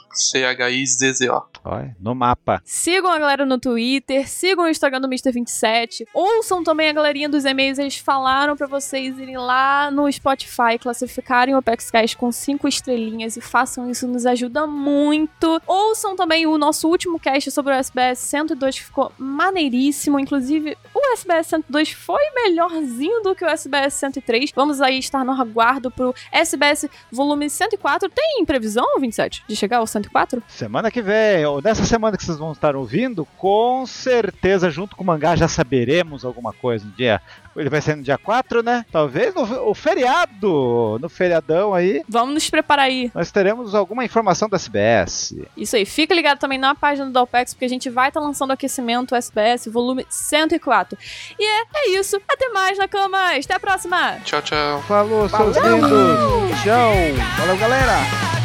C-H-I-Z-Z-O.
Olha, no mapa.
Sigam a galera no Twitter, sigam o Instagram do Mr27. Ouçam também a galerinha dos e-mails. Eles falaram pra vocês irem lá no Spotify, classificarem o Apex Cash com cinco estrelinhas e façam isso, nos ajuda muito. Ouçam também o nosso último cast sobre o SBS 102, que ficou maneiríssimo. Inclusive, o SBS 102 foi melhorzinho do que o SBS 103. Vamos aí estar no aguardo pro SBS volume 104. Tem previsão, 27, de chegar ao 104?
Semana que vem, ou nessa semana que vocês vão estar ouvindo, com certeza, junto com o mangá, já saberemos alguma coisa no dia. Ele vai sair no dia 4, né? Talvez no fe- o feriado, no feriadão aí,
Vamos nos preparar aí.
nós teremos alguma informação da SBS.
Isso aí, fica ligado também na página do Alpex, porque a gente vai estar lançando o aquecimento SBS, volume 104. E é, é isso. Até mais, Nakamas. Até a próxima!
Tchau, tchau.
Falou, seus lindos! Tchau! Valeu, galera!